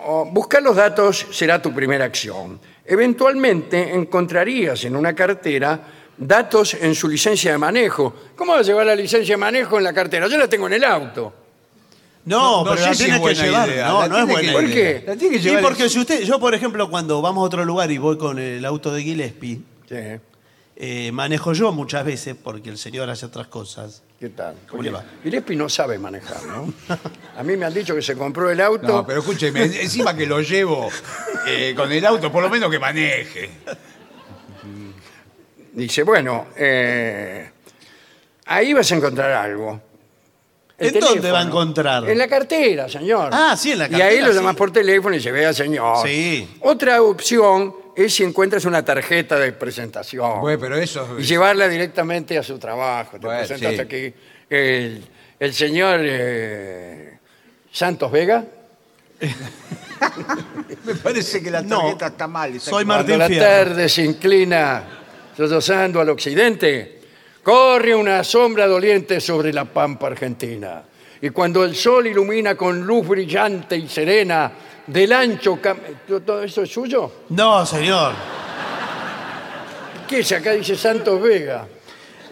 S1: oh, buscar los datos será tu primera acción. Eventualmente encontrarías en una cartera datos en su licencia de manejo. ¿Cómo va a llevar la licencia de manejo en la cartera? Yo la tengo en el auto.
S2: No,
S4: No
S2: pero
S4: sé
S2: la
S4: si
S2: tiene que
S4: buena
S2: llevar.
S4: idea,
S2: No,
S4: la
S2: no es
S4: tiene
S2: buena
S4: que-
S1: ¿Por
S2: idea.
S1: qué?
S4: La tiene que
S2: Y
S4: llevar.
S2: porque si usted, yo por ejemplo, cuando vamos a otro lugar y voy con el auto de Gillespie,
S1: Sí,
S2: eh, manejo yo muchas veces porque el señor hace otras cosas.
S1: ¿Qué tal?
S2: ¿Cómo le va?
S1: Gillespie no sabe manejar, ¿no? A mí me han dicho que se compró el auto.
S5: No, pero escúcheme, en- encima que lo llevo eh, con el auto, por lo menos que maneje.
S1: Dice, bueno, eh, ahí vas a encontrar algo.
S2: ¿En dónde va a encontrar?
S1: En la cartera, señor.
S2: Ah, sí, en la cartera,
S1: Y ahí lo
S2: sí.
S1: llamas por teléfono y se vea, señor.
S2: Sí.
S1: Otra opción es si encuentras una tarjeta de presentación.
S5: Bueno, pero eso.
S1: y llevarla directamente a su trabajo. Te
S4: Bueno,
S1: presentas
S4: sí.
S1: aquí. El, el señor eh, Santos Vega.
S4: Me parece que la tarjeta está mal. está
S2: soy
S4: equivocada.
S1: Cuando
S2: Martín
S1: la
S2: Fierro.
S1: tarde se inclina, sollozando al occidente, corre una sombra doliente sobre la pampa argentina. Y cuando el sol ilumina con luz brillante y serena del ancho cam- ¿Todo eso es suyo?
S2: No, señor.
S1: ¿Qué es? Acá dice Santos Vega.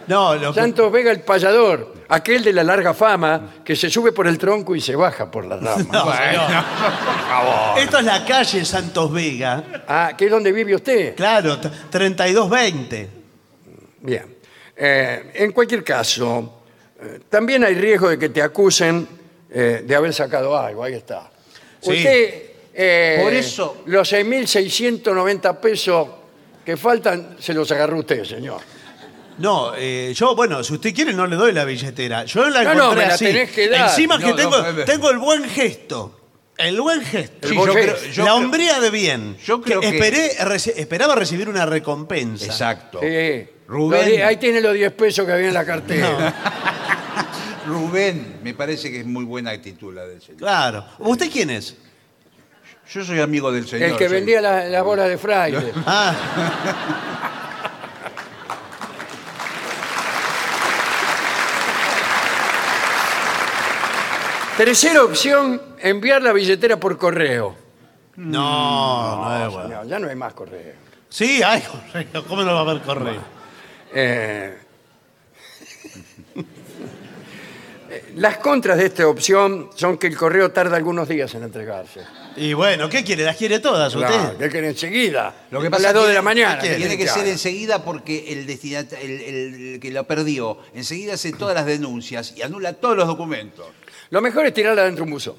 S2: No, lo que-
S1: Santos Vega el payador, aquel de la larga fama que se sube por el tronco y se baja por la rama.
S2: No, señor. Esto es la calle Santos Vega.
S1: Ah, que es donde vive usted.
S2: Claro, t- 3220.
S1: Bien. Eh, en cualquier caso, eh, también hay riesgo de que te acusen eh, de haber sacado algo. Ahí está.
S2: Sí.
S1: Usted, eh,
S4: Por eso-
S1: los 6.690 pesos que faltan, se los agarró usted, señor.
S2: No, eh, yo, bueno, si usted quiere no le doy la billetera. Yo la
S1: No,
S2: encontré
S1: no, me la
S2: así.
S1: tenés que dar.
S2: Encima
S4: No,
S2: que
S4: no,
S2: tengo,
S4: bebé.
S2: tengo el buen gesto. El buen gesto.
S1: El
S4: Sí,
S1: buen
S4: yo creo-
S1: gesto.
S4: yo
S2: la
S4: creo-
S2: hombría de bien.
S4: yo creo que-
S2: esperé- reci- esperaba recibir una recompensa.
S4: Exacto.
S1: Sí.
S4: Rubén.
S1: Los di- Ahí tiene los 10 pesos que había en la cartera.
S4: Rubén, me parece que es muy buena actitud la del señor.
S2: Claro. ¿Usted quién es?
S4: Yo soy amigo del señor.
S1: El que
S4: soy-
S1: vendía la- las bolas de fraile.
S2: Ah,
S1: Tercera opción, enviar la billetera por correo.
S2: no, no es bueno.
S1: No, ya no hay más correo.
S2: Sí, hay correo. ¿Cómo no va a haber correo?
S1: Eh, Las contras de esta opción son que el correo tarda algunos días en entregarse.
S2: Y bueno, ¿qué quiere? ¿Las quiere todas usted?
S1: Claro, que quieren enseguida.
S4: Lo que
S1: a
S4: pasa
S1: las
S4: es que
S1: 2 de la mañana.
S4: Tiene
S1: quieren
S4: que ser
S1: haga.
S4: enseguida porque el, destinata- el, el- el que lo perdió enseguida hace todas las denuncias y anula todos los documentos.
S1: Lo mejor es tirarla dentro de un buzón.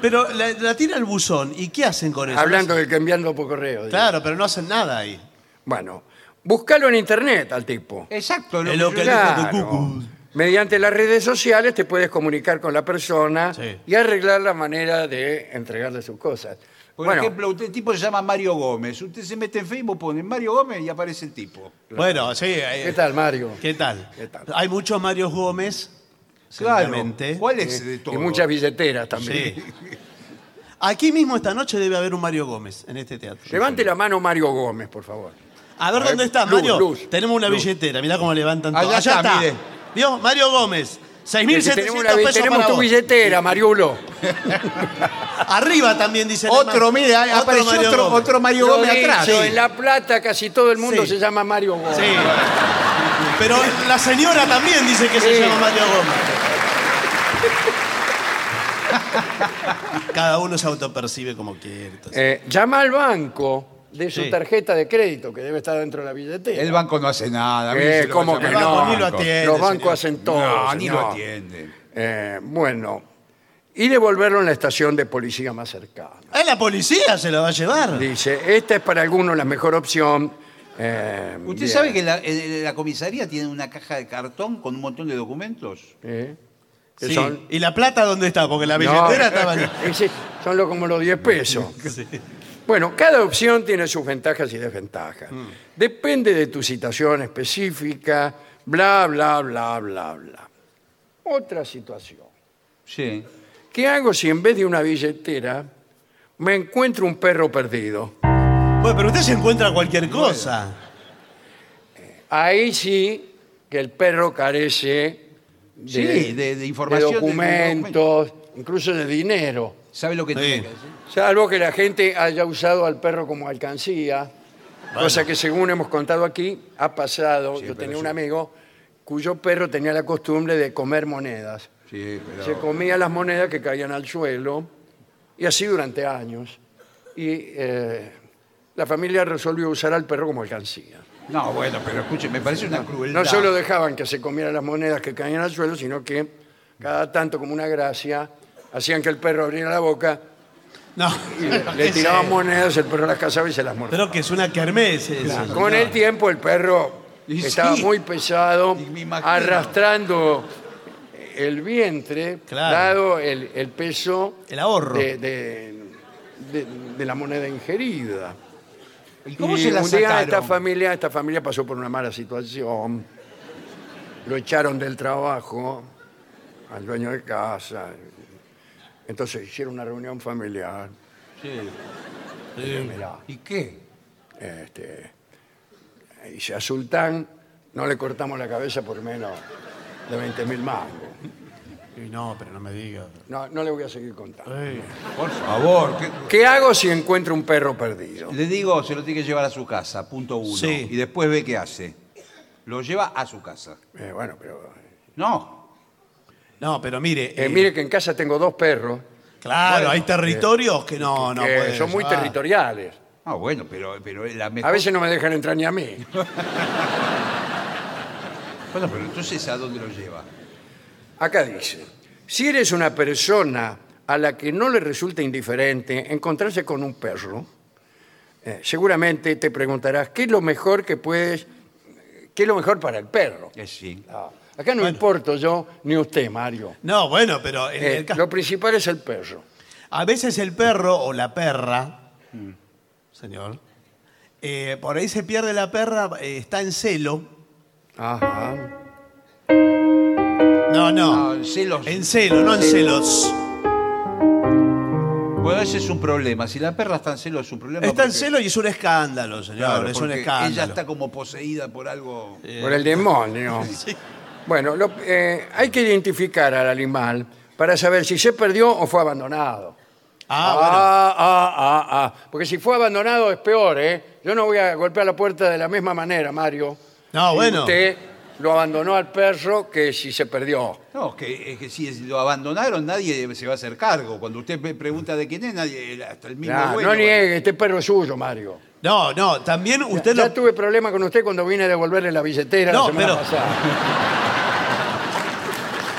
S2: Pero la, la tira al buzón. ¿Y qué hacen con eso?
S1: Hablando del que enviando por correo. digo.
S2: Claro, pero no hacen nada ahí.
S1: Bueno, buscalo en internet al tipo.
S4: Exacto.
S2: Es lo
S4: yo-
S2: que dijo
S1: Claro.
S2: de Cucu.
S1: Mediante las redes sociales te puedes comunicar con la persona
S2: Sí.
S1: y arreglar la manera de entregarle sus cosas.
S4: Por
S1: bueno,
S4: ejemplo, usted, el tipo se llama Mario Gómez. Usted se mete en Facebook, pone Mario Gómez y aparece el tipo.
S2: Bueno, sí. eh,
S1: ¿qué tal, Mario?
S2: ¿Qué tal?
S1: ¿Qué tal?
S2: Hay muchos Marios Gómez,
S4: Claro.
S2: seguramente.
S4: ¿Cuál es de todo?
S1: Y muchas billeteras también.
S2: Sí. Aquí mismo esta noche debe haber un Mario Gómez en este teatro.
S1: Levante la mano Mario Gómez, por favor.
S2: A ver dónde está,
S1: luz,
S2: Mario.
S1: luz,
S2: Tenemos una billetera, mirá cómo levantan todo.
S4: Allá
S2: Allá
S4: está,
S2: está.
S4: mire.
S2: ¿Vio? Mario Gómez. 6.700
S1: tenemos una bi-
S2: pesos
S1: tenemos
S2: para
S1: tu
S2: vos.
S1: billetera, Mariulo.
S2: Arriba también dice.
S4: Otro, mire, ahí apareció otro,
S2: Gómez.
S4: otro Mario
S1: Lo
S4: Gómez atrás.
S1: dicho, En La Plata casi todo el mundo
S2: Sí.
S1: se llama Mario Gómez.
S2: Sí. Pero la señora también dice que
S1: Sí.
S2: se llama Mario Gómez. Cada uno se autopercibe como quiere. entonces.
S1: Eh, llama al banco de su
S2: Sí.
S1: tarjeta de crédito, que debe estar dentro de la billetera.
S5: El banco no hace nada. mire,
S1: Eh,
S5: se lo
S1: ¿cómo
S5: llama
S1: que
S5: el
S1: no?
S5: banco.
S2: Ni lo atiende,
S1: Los
S2: señor.
S1: bancos hacen todo.
S5: No, ni lo
S1: señor.
S5: atiende.
S1: Eh, bueno, y devolverlo en la estación de policía más cercana.
S2: Ah, la policía se la va a llevar.
S1: Dice, esta es para algunos la mejor opción. Eh,
S4: ¿Usted
S1: bien.
S4: sabe que la, eh, la comisaría tiene una caja de cartón con un montón de documentos?
S1: Eh, que
S2: Sí.
S1: son-
S2: ¿Y la plata dónde está? Porque la
S1: No.
S2: billetera estaba.
S1: Ese- son lo- como los 10 pesos. Bueno, cada opción tiene sus ventajas y desventajas.
S4: Mm.
S1: Depende de tu situación específica, bla, bla, bla, bla, bla. otra situación.
S4: Sí.
S1: ¿Qué hago si en vez de una billetera me encuentro un perro perdido?
S2: Bueno, pero usted se encuentra cualquier cosa.
S1: Ahí sí que el perro carece de,
S4: Sí, de- de información, de- de
S1: documentos, incluso de dinero.
S4: ¿Sabe lo que
S2: Sí.
S4: tiene que hacer?
S1: Salvo que la gente haya usado al perro como alcancía, cosa que según hemos contado aquí, ha pasado. Yo tenía un amigo cuyo perro tenía la costumbre de comer monedas.
S4: Sí, pero-
S1: Se comía las monedas que caían al suelo y así durante años. Y eh, la familia resolvió usar al perro como alcancía.
S4: No, bueno, pero escuche, me parece una crueldad.
S1: No solo dejaban que se comieran las monedas que caían al suelo, sino que cada tanto como una gracia hacían que el perro abriera la boca
S2: No.
S1: y le, le tiraban monedas, el perro las cazaba y se las mordía.
S2: Pero que es una kermés. eso.
S1: Con el tiempo el perro
S4: Y
S1: estaba
S4: sí.
S1: muy pesado,
S4: Y me imagino.
S1: arrastrando el vientre,
S2: Claro.
S1: dado el, el peso
S2: El ahorro.
S1: De, de- de- de la moneda ingerida.
S4: ¿Y cómo
S1: Y
S4: se la
S1: un día
S4: sacaron?
S1: esta familia, esta familia pasó por una mala situación, lo echaron del trabajo al dueño de casa, entonces hicieron una reunión familiar.
S4: ¿Y qué?
S1: Este, y si a Sultán no le cortamos la cabeza por menos de 20.000 mil mangos.
S2: Y No, pero no me diga. Eh.
S1: No, no le voy a seguir contando.
S4: Por favor. ¿qué-
S1: ¿Qué hago si encuentro un perro perdido?
S4: Le digo, se lo tiene que llevar a su casa, punto uno.
S2: Sí.
S4: Y después ve qué hace. Lo lleva a su casa.
S1: Eh, bueno, pero.
S4: No.
S2: No, pero mire.
S1: eh,
S2: eh,
S1: mire que en casa tengo dos perros
S2: Claro,
S4: Bueno,
S2: hay territorios que no, no
S1: que
S2: pueden
S1: son muy
S2: llevar.
S1: territoriales.
S4: Ah, bueno, pero, pero la mejor...
S1: A veces no me dejan entrar ni a mí.
S4: Bueno, pero entonces ¿a dónde lo lleva?
S1: Acá dice: si eres una persona a la que no le resulta indiferente encontrarse con un perro, eh, seguramente te preguntarás qué es lo mejor que puedes, qué es lo mejor para el perro.
S4: Eh, sí.
S1: Ah, Acá no
S2: Bueno.
S1: importo yo ni usted, Mario.
S2: No, bueno, pero en
S1: Eh,
S2: el ca-
S1: lo principal es el perro.
S2: a veces el perro o la perra,
S1: Mm.
S2: señor, eh, por ahí se pierde la perra, eh, está en celo.
S1: Ajá.
S2: No,
S1: Ah,
S2: no,
S4: No, celos.
S2: en celo, no en celos.
S4: Bueno, ese es un problema. Si la perra está en celo, es un problema.
S2: Está en
S4: porque-
S2: celo y es un escándalo, señor,
S4: Claro,
S2: es un
S4: porque
S2: escándalo.
S4: Ella está como poseída por algo.
S2: Eh,
S1: Por el demonio. Bueno, lo- eh, hay que identificar al animal para saber si se perdió o fue abandonado.
S2: Ah, bueno.
S1: ah, ah, ah, ah. Porque si fue abandonado es peor, ¿eh? Yo no voy a golpear la puerta de la misma manera, Mario.
S2: No,
S1: Si
S2: bueno.
S1: Usted lo abandonó al perro que si se perdió.
S4: No, es que, es que si lo abandonaron, nadie se va a hacer cargo. Cuando usted me pregunta de quién es, nadie, eh, hasta el mismo
S1: Ya,
S4: dueño.
S1: no niegue, este perro es suyo, Mario.
S2: No, no, también usted
S1: ya
S2: lo...
S1: tuve problemas con usted cuando vine a devolverle la billetera la
S2: No,
S1: semana
S2: pero-
S1: pasada.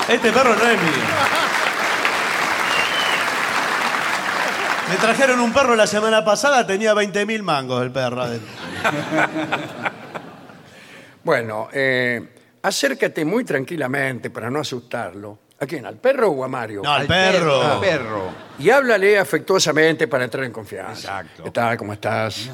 S2: Este perro no es mío. Me trajeron un perro la semana pasada, tenía 20.000 mangos el perro. adentro.
S1: Bueno, eh, acércate muy tranquilamente para no asustarlo. ¿A quién? ¿Al perro o a Mario?
S2: No, al perro.
S4: Al perro.
S1: Y háblale afectuosamente para entrar en confianza.
S4: Exacto.
S1: ¿Qué tal? ¿Cómo estás?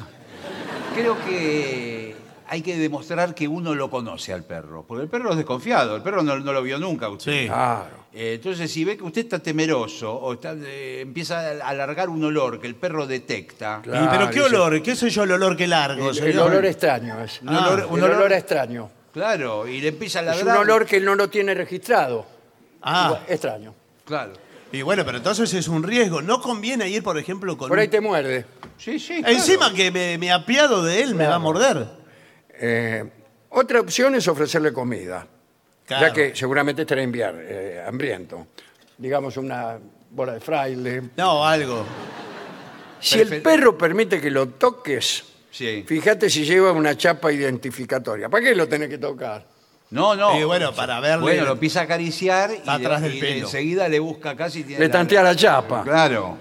S4: Creo que hay que demostrar que uno lo conoce al perro. Porque el perro es desconfiado, el perro no, no lo vio nunca a usted.
S2: Sí.
S1: Claro.
S4: Eh, Entonces, si ve que usted está temeroso o está, eh, empieza a alargar un olor que el perro detecta,
S1: Claro,
S2: Y, pero qué
S1: dice-
S2: olor, qué soy yo el olor que largo,
S1: El, el
S2: señor?
S1: olor extraño es. Ah,
S4: Un olor-
S1: El
S4: un olor-
S1: olor extraño.
S4: claro, y le empieza a
S1: Es un
S4: ladrar.
S1: olor que no lo tiene registrado.
S2: Ah,
S1: Extraño.
S4: Claro.
S2: y bueno, pero entonces es un riesgo. No conviene ir, por ejemplo, con...
S1: Por ahí
S2: un-
S1: te muerde.
S4: Sí, sí. claro.
S2: Encima que me, me apiado de él, me va a morder.
S1: Eh, otra opción es ofrecerle comida,
S2: Claro.
S1: ya que seguramente estará enviar, eh, hambriento. Digamos una bola de fraile.
S2: No, algo.
S1: Si el
S4: Prefer-
S1: perro permite que lo toques,
S4: Sí.
S1: fíjate si lleva una chapa identificatoria. ¿Para qué lo tenés que tocar?
S4: No, no.
S2: Y bueno, para verle-
S4: Bueno, lo empieza a acariciar y,
S2: Está atrás del
S4: y
S2: pelo.
S4: enseguida le busca casi. Tiene
S1: Le tantea la chapa.
S4: Claro.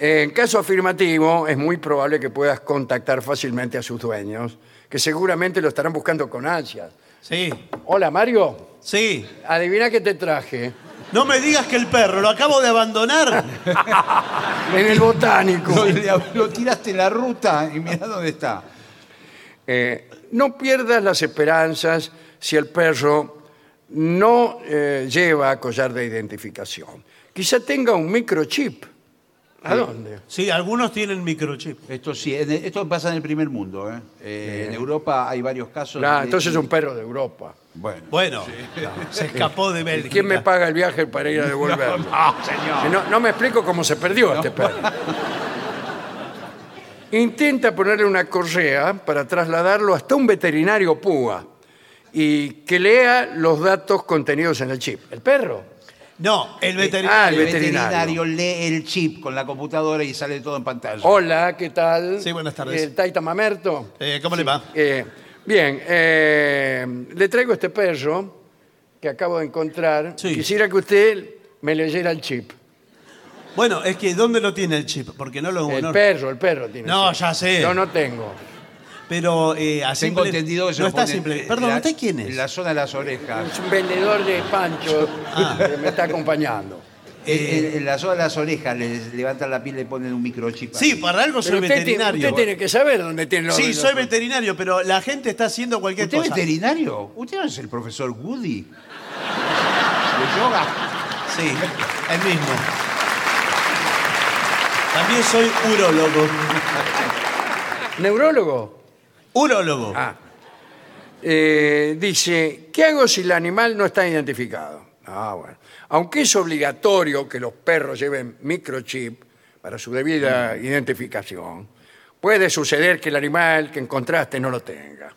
S1: Eh, En caso afirmativo, es muy probable que puedas contactar fácilmente a sus dueños, que seguramente lo estarán buscando con ansias.
S2: Sí,
S1: Hola, Mario.
S2: sí.
S1: Adivina qué te traje.
S2: No me digas que el perro lo acabo de abandonar.
S1: En el botánico.
S4: Lo, le- lo tiraste en la ruta y mira dónde está.
S1: Eh, no pierdas las esperanzas si el perro no eh, lleva collar de identificación. Quizá tenga un microchip. ¿A dónde?
S2: Sí, algunos tienen microchip.
S4: Esto sí, en- e, esto pasa en el primer mundo. ¿eh? Eh, En Europa hay varios casos.
S1: Ah,
S4: de-
S1: entonces es un perro de Europa.
S4: Bueno,
S2: Bueno, se escapó de Bélgica.
S1: ¿Quién me paga el viaje para ir a devolverlo? No, No, me explico cómo se perdió este perro. Intenta ponerle una correa para trasladarlo hasta un veterinario púa y que lea los datos contenidos en el chip. ¿El perro?
S2: No, el
S1: Ah,
S2: veterinario.
S4: el
S1: el
S4: veterinario
S1: veterinario.
S4: lee el chip con la computadora y sale todo en pantalla.
S1: Hola, ¿qué tal?
S2: Sí, buenas tardes.
S1: ¿El Taita Mamerto?
S2: Eh, ¿Cómo le va?
S1: Eh, bien, eh, le traigo este perro que acabo de encontrar.
S2: Sí.
S1: Quisiera que usted me leyera el chip.
S2: Bueno, es que ¿dónde lo tiene el chip? Porque no lo
S1: El
S2: no-
S1: perro, el perro tiene.
S2: No,
S1: chip.
S2: ya sé.
S1: Yo no tengo.
S2: Pero eh, a
S4: Tengo
S2: simple-
S4: entendido que se
S2: No
S4: lo
S2: está
S4: ponen
S2: simple.
S4: en
S2: Perdón,
S4: la-
S2: ¿usted quién es?
S4: En la zona de las orejas.
S1: Es un vendedor de pancho que me está acompañando.
S2: Eh,
S4: En, Eh, en- en la zona de las orejas les levantan la piel y le ponen un microchip.
S2: Sí,
S4: ahí.
S2: para algo
S1: Pero
S2: soy
S1: usted, ti-
S2: veterinario.
S1: usted tiene que saber dónde tiene los
S2: Sí,
S1: los-
S2: soy veterinario, pero la gente está haciendo cualquier
S4: ¿Usted es
S2: cosa.
S4: veterinario? ¿Usted no es el profesor Woody? ¿De yoga?
S2: Sí, el mismo. También soy urólogo.
S1: ¿Neurólogo?
S2: Urólogo.
S1: Ah. Eh, dice, ¿qué hago si el animal no está identificado? Ah, bueno. Aunque es obligatorio que los perros lleven microchip para su debida
S2: Mm.
S1: identificación, puede suceder que el animal que encontraste no lo tenga.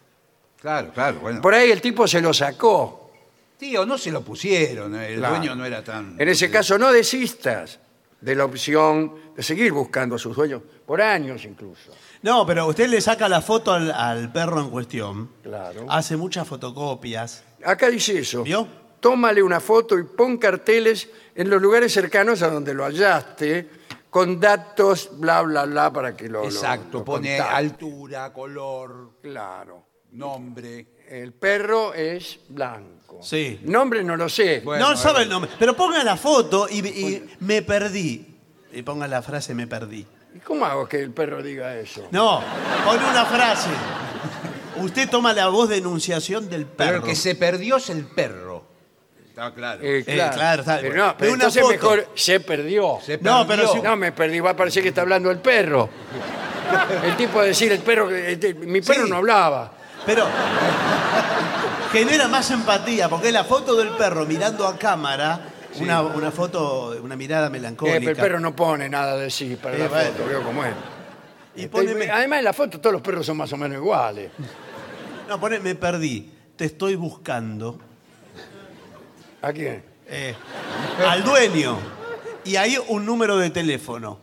S4: Claro, claro, bueno.
S1: Por ahí el tipo se lo sacó.
S4: Tío, no se lo pusieron, eh, el
S1: Claro.
S4: dueño no era tan...
S1: En ese caso, no desistas de la opción de seguir buscando a sus dueños, por años incluso.
S2: No, pero usted le saca la foto al, al perro en cuestión.
S1: Claro.
S2: Hace muchas fotocopias.
S1: Acá dice eso.
S2: ¿Vio?
S1: Tómale una foto y pon carteles en los lugares cercanos a donde lo hallaste, con datos, bla, bla, bla, para que lo. lo-
S4: Exacto,
S1: lo
S4: pone
S1: contacte.
S4: altura, color,
S1: Claro.
S4: nombre.
S1: El perro es blanco.
S2: Sí.
S1: Nombre no lo sé.
S4: Bueno,
S2: no sabe el nombre. Pero ponga la foto y, y me perdí. Y ponga la frase me perdí.
S1: ¿Y ¿Cómo hago que el perro diga eso?
S2: No, pone una frase. Usted toma la voz de enunciación del
S4: Pero
S2: perro.
S4: el que se perdió es el perro. Está claro.
S1: Eh,
S2: Eh, claro, está bien.
S1: Pero no, pero
S2: Ve una
S1: entonces
S2: foto.
S1: mejor se perdió.
S4: Se
S2: no, pero
S4: perdió.
S2: si-
S1: No, me perdí, va a parecer que está hablando el perro. El tipo va a decir, el perro, que- este, mi perro
S2: Sí.
S1: no hablaba.
S2: Pero genera más empatía, porque es la foto del perro mirando a cámara, una, una foto, una mirada
S1: Eh,
S2: melancólica.
S1: pero el perro no pone nada de sí para
S2: Eh,
S1: la
S2: bueno.
S1: foto, veo cómo es.
S2: y
S1: Este,
S2: pone,
S1: y-
S2: me,
S1: Además, en la foto todos los perros son más o menos iguales.
S2: no, pone, me perdí, te estoy buscando
S1: ¿A quién?
S2: eh, al dueño. Y ahí un número de teléfono.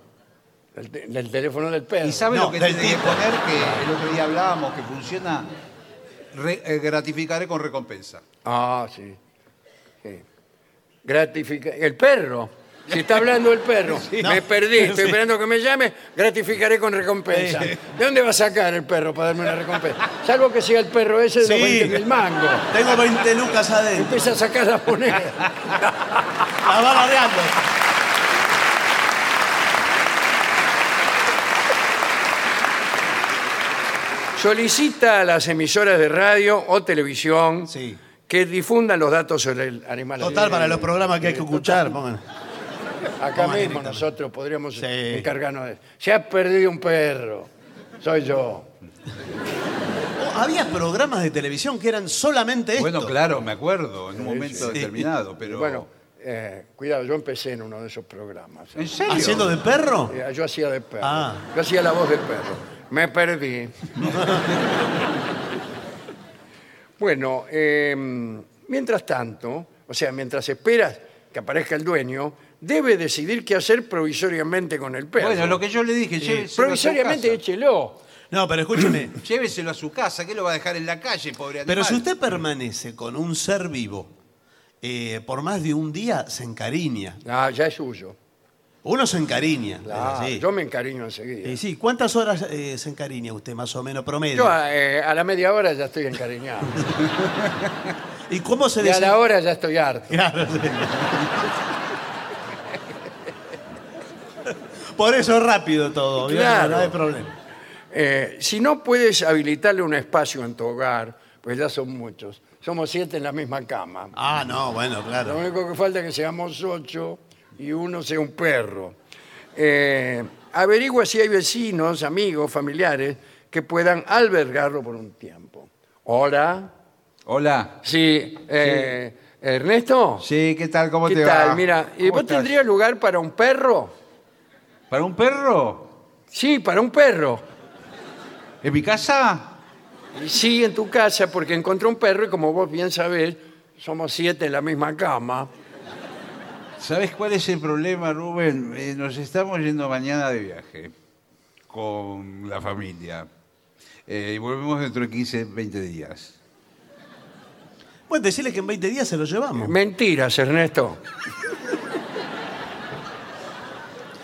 S1: El, te- el teléfono del perro.
S4: ¿Y sabe
S2: No,
S4: lo que
S2: del
S4: tiene que
S2: tipo.
S4: poner? Que el otro día hablábamos que funciona. Re- eh, gratificaré con recompensa.
S1: Ah, sí. sí. Gratifica. El perro. Si está hablando el perro, me
S2: No.
S1: perdí, estoy
S2: Sí.
S1: esperando que me llame, gratificaré con recompensa.
S2: Sí.
S1: ¿De dónde va a sacar el perro para darme una recompensa? Salvo que sea el perro ese de los
S2: Sí.
S1: 20.000 mangos.
S2: Tengo 20 lucas adentro.
S1: Empieza a sacar las monedas.
S2: La va barreando.
S1: Solicita a las emisoras de radio o televisión
S2: Sí.
S1: que difundan los datos sobre el animal.
S2: Total, para los programas que hay que escuchar. pongan.
S1: Acá
S2: Toma,
S1: mismo
S2: directamente.
S1: nosotros podríamos
S2: Sí.
S1: encargarnos de Se ha perdido un perro. Soy yo.
S2: Oh, había programas de televisión que eran solamente esto.
S4: Bueno, claro, me acuerdo, en un momento
S2: sí.
S4: determinado, pero.
S1: Bueno, eh, cuidado, yo empecé en uno de esos programas.
S4: ¿En serio?
S2: ¿Haciendo de perro?
S1: Eh, Yo hacía de perro.
S2: Ah.
S1: Yo hacía la voz del perro. Me perdí. bueno, eh, mientras tanto, o sea, mientras esperas que aparezca el dueño, debe decidir qué hacer provisoriamente con el perro.
S4: Bueno, lo que yo le dije, lléveselo,
S1: Eh, provisoriamente
S4: a su casa.
S1: échelo.
S2: No, pero escúcheme.
S4: lléveselo a su casa, que lo va a dejar en la calle, pobre animal.
S2: Pero si usted permanece con un ser vivo eh, por más de un día, se encariña.
S1: Ah, ya es suyo.
S2: Uno se encariña. es
S1: Claro,
S2: así.
S1: Yo me encariño enseguida.
S2: Y sí, ¿cuántas horas eh, se encariña usted más o menos promedio?
S1: Yo eh, a la media hora ya estoy encariñado.
S2: ¿Y cómo
S1: Y
S2: se
S1: a la
S2: desencariña?
S1: hora ya estoy harto.
S2: Por eso es rápido todo, ¿vio?
S1: Claro.
S2: no hay problema.
S1: Eh, si no puedes habilitarle un espacio en tu hogar, pues ya son muchos, somos siete en la misma cama.
S2: Ah, no, bueno,
S1: Lo
S2: claro.
S1: único que falta es que seamos ocho y uno sea un perro. Eh, averigua si hay vecinos, amigos, familiares que puedan albergarlo por un tiempo. Hola.
S4: Hola.
S1: Sí, eh, Ernesto.
S4: Sí, ¿qué tal? ¿Cómo
S1: ¿Qué
S4: te
S1: tal?
S4: va?
S1: Mira, ¿y
S4: ¿Cómo
S1: vos
S4: estás?
S1: tendrías lugar para un perro?
S4: ¿Para un perro?
S1: Sí, para un perro.
S4: ¿En mi casa?
S1: Y sí, en tu casa, porque encontré un perro y como vos bien sabés, somos siete en la misma cama.
S4: ¿Sabes cuál es el problema, Rubén? Eh, nos estamos yendo mañana de viaje con la familia. Eh, y volvemos dentro de 15, 20 días.
S2: Bueno, decirle que en 20 días se lo llevamos.
S1: Mentiras, Ernesto.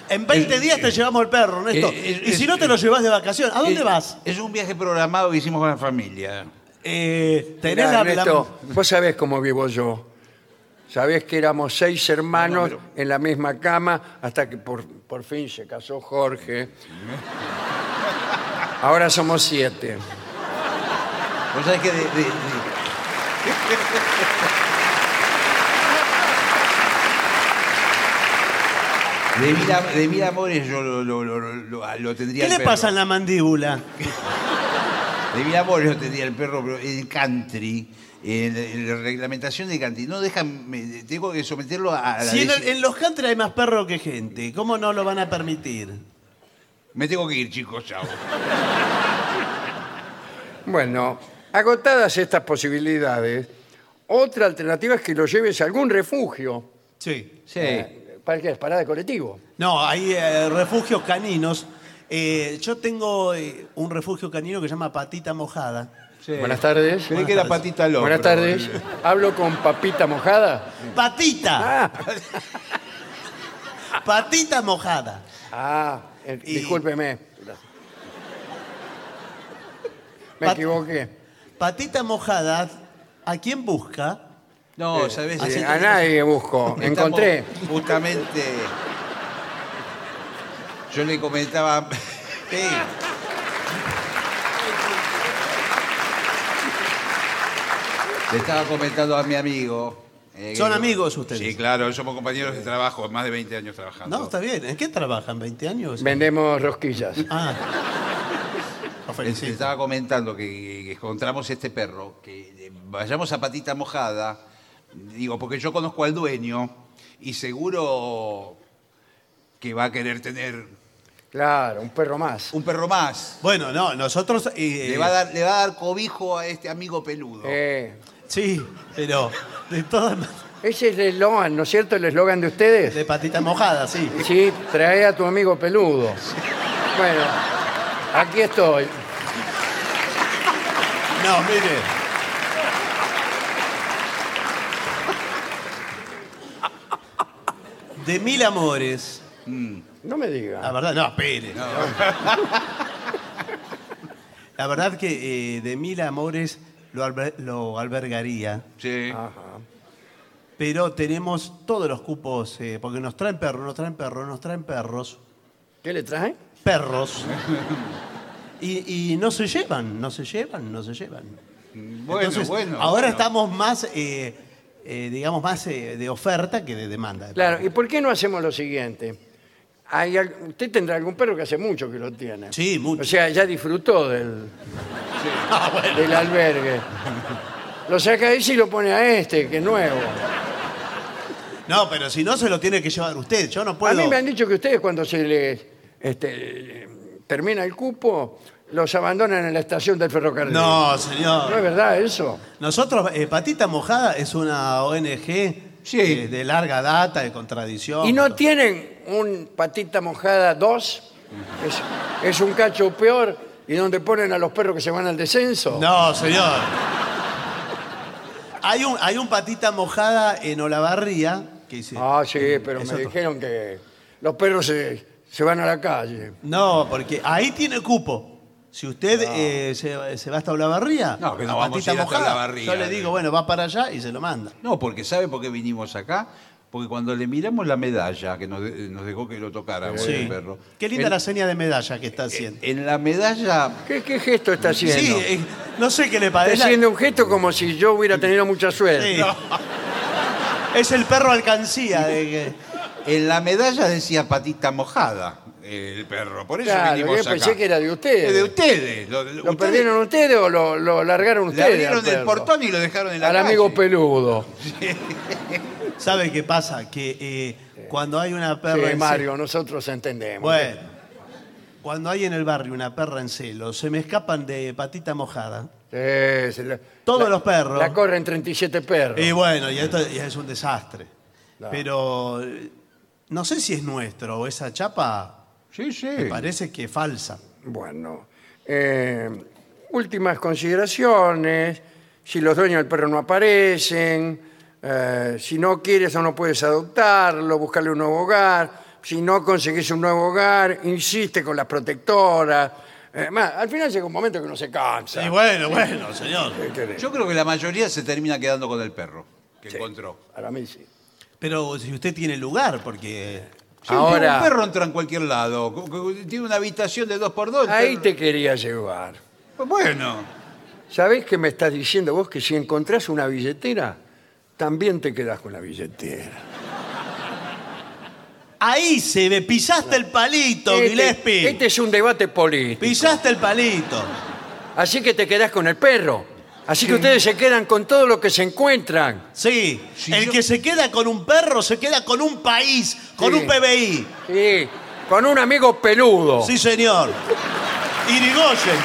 S2: En 20 días te llevamos el perro, Ernesto.
S4: eh,
S2: Y
S4: eh,
S2: si no te lo llevas de vacación, ¿a dónde
S4: Eh,
S2: vas?
S4: Es un viaje programado que hicimos con la familia.
S2: Eh, tenés
S1: Mirá,
S2: la- la-
S1: Ernesto, vos sabés cómo vivo yo. Sabés que éramos seis hermanos
S4: No, no,
S1: en la misma cama hasta que por, por fin se casó Jorge. Ahora somos siete.
S4: Vos sabés que de- de- de- De mil, am- de mil amores yo lo, lo- lo- lo- lo tendría
S2: ¿Qué
S4: el
S2: le
S4: perro.
S2: pasa en la mandíbula?
S4: De mil amores yo tendría el perro, pero en country, en, en la reglamentación de country, no dejan, me- tengo que someterlo a, a la
S2: Si en,
S4: deci-
S2: en los country hay más perro que gente, ¿cómo no lo van a permitir?
S5: Me tengo que ir, chicos, chao.
S1: Bueno, agotadas estas posibilidades, otra alternativa es que lo lleves a algún refugio. Eh,
S2: Sí.
S4: Sí.
S1: ¿Para qué? ¿Parada de colectivo?
S2: No, hay eh, refugios caninos. Eh, yo tengo eh, un refugio canino que se llama Patita Mojada.
S1: Buenas tardes.
S5: Creí que era patita loca.
S1: Buenas tardes. ¿Hablo con papita mojada?
S2: ¡Patita!
S1: Ah,
S4: Ah.
S2: ¡Patita Mojada!
S1: ah, eh,
S2: Y-
S1: discúlpeme. Me
S2: Pat-
S1: equivoqué.
S2: Patita Mojada, ¿a quién busca?
S4: No, ¿sabes?
S1: Eh, a nadie busco. Encontré.
S4: Justamente. Yo le comentaba. Sí. Le estaba comentando a mi amigo. eh, que
S2: Son
S4: yo-
S2: amigos ustedes.
S5: Sí, claro, somos compañeros de trabajo, más de 20 años trabajando.
S2: No, está bien. ¿En qué trabajan? ¿20 años?
S1: Vendemos rosquillas.
S2: Ah. Lo
S4: Le
S2: felicito.
S4: estaba comentando que, que encontramos este perro, que eh, vayamos a patita mojada, digo, porque yo conozco al dueño y seguro que va a querer tener
S1: Claro, un perro más.
S4: un perro más.
S2: Bueno, no, nosotros... eh,
S4: Le va, a dar, le va a dar cobijo a este amigo peludo.
S1: Eh,
S2: Sí, pero de todas maneras...
S1: ese es el eslogan, ¿no es cierto? El eslogan de ustedes.
S2: De patita mojada, sí.
S1: Sí, trae a tu amigo peludo. Bueno, aquí estoy.
S2: No, mire. De mil amores.
S1: No me
S2: La
S1: diga.
S2: verdad, no, espere. La verdad que eh, de mil amores lo, alber- lo albergaría.
S4: Sí.
S1: Ajá.
S2: Pero tenemos todos los cupos, eh, porque nos traen perros, nos traen perros, nos traen perros,
S1: ¿Qué le trae?
S2: perros. Y, y no se llevan, no se llevan, no se llevan.
S4: Bueno,
S2: Entonces,
S4: bueno.
S2: Ahora
S4: bueno.
S2: estamos más, eh, eh, digamos, más eh, de oferta que de demanda.
S1: Claro, ¿y por qué no hacemos lo siguiente? Hay al- usted tendrá algún perro que hace mucho que lo tiene.
S2: Sí, mucho.
S1: O sea, ya disfrutó del,
S2: Ah, bueno.
S1: del albergue. Lo saca ese y lo pone a este, que es nuevo.
S2: No, pero si no, se lo tiene que llevar usted. Yo no
S1: A
S2: puedo.
S1: mí me han dicho que ustedes cuando se les este, eh, termina el cupo, los abandonan en la estación del ferrocarril.
S2: No,
S1: ¿No es
S2: señor.
S1: verdad eso?
S2: Nosotros, eh, Patita Mojada es una ONG
S4: Sí.
S2: eh, de larga data, de contradicción.
S1: ¿Y no tienen un patita mojada 2? Es, es un cacho peor y donde ponen a los perros que se van al descenso.
S2: No, señor. Hay un, hay un Patita Mojada en Olavarría que dice...
S1: Ah,
S4: Eh,
S1: sí, pero
S2: Es
S1: me
S2: otro.
S1: dijeron que los perros se, se van a la calle.
S2: No, porque ahí tiene cupo. Si usted eh, se, se va hasta Olavarría,
S4: No, que no
S2: a
S4: vamos a
S2: Patita
S4: ir hasta
S2: Mojada,
S4: Olavarría.
S2: yo le digo, bueno, va para allá y se lo manda.
S4: No, porque ¿sabe por qué vinimos acá? Porque cuando le miramos la medalla, que nos, de- nos dejó que lo tocara bueno, el Eh, perro.
S2: Qué linda
S4: en-
S2: la seña de medalla que está haciendo.
S4: En la medalla.
S1: ¿Qué, qué gesto está haciendo?
S2: sí, eh, no sé qué le
S1: Está
S2: parece.
S1: haciendo un gesto como si yo hubiera tenido mucha suerte.
S2: Sí. Es el perro alcancía. de que-
S4: En la medalla decía patita mojada eh, el perro. Por eso
S1: Claro, yo
S4: vinimos acá.
S1: pensé que era de ustedes.
S4: Es de ustedes. Lo,
S1: ¿Lo
S4: ustedes
S1: perdieron ustedes o lo, lo largaron
S4: le
S1: ustedes?
S4: abrieron
S1: al
S4: el
S1: perro?
S4: portón y lo dejaron en la
S1: Al
S4: calle.
S1: amigo peludo.
S2: ¿Sabe qué pasa? Que eh, cuando hay una perra. en
S1: Sí,
S2: ce-
S1: Mario, nosotros entendemos.
S2: Bueno, cuando hay en el barrio una perra en celo, se me escapan de patita mojada.
S1: Sí, se la-
S2: Todos
S1: la-
S2: los perros.
S1: La corren 37 perros.
S2: Y bueno, y esto ya es un desastre.
S1: Claro.
S2: Pero eh, no sé si es nuestro o esa chapa
S4: Sí, sí.
S2: me parece que es falsa.
S1: Bueno, eh, últimas consideraciones. Si los dueños del perro no aparecen, eh, si no quieres o no puedes adoptarlo, buscarle un nuevo hogar. Si no conseguís un nuevo hogar, insiste con las protectoras. Eh, más, al final llega un momento que uno se cansa.
S2: Y bueno, bueno, señor.
S1: ¿Qué querés?
S4: Yo creo que la mayoría se termina quedando con el perro que encontró.
S1: Para mí sí.
S2: Pero si usted tiene lugar, porque.
S4: Sí,
S1: Ahora-
S4: Un perro entra en cualquier lado. cu- cu- Tiene una habitación de dos por dos. el
S1: Ahí
S4: perro-
S1: te quería llevar.
S4: Bueno.
S1: ¿Sabés qué me estás diciendo vos? Que si encontrás una billetera, también te quedás con la billetera.
S2: Ahí se ve, pisaste el palito, Gillespie.
S1: este, este es un debate político.
S2: Pisaste el palito.
S1: Así que te quedás con el perro. Así que ustedes se quedan con todo lo que se encuentran.
S2: Sí,
S4: Sí,
S2: el
S4: yo-
S2: que se queda con un perro se queda con un país, con
S1: Sí.
S2: un PBI.
S1: Sí, con un amigo peludo.
S2: Sí, señor. Irigoyen.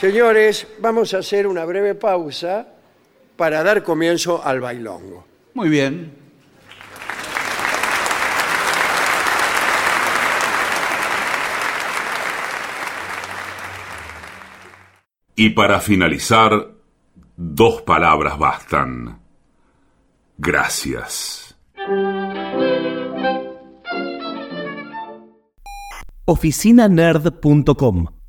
S1: Señores, vamos a hacer una breve pausa para dar comienzo al bailongo.
S4: Muy bien.
S6: Y para finalizar, dos palabras bastan. Gracias.
S7: oficinanerd.com.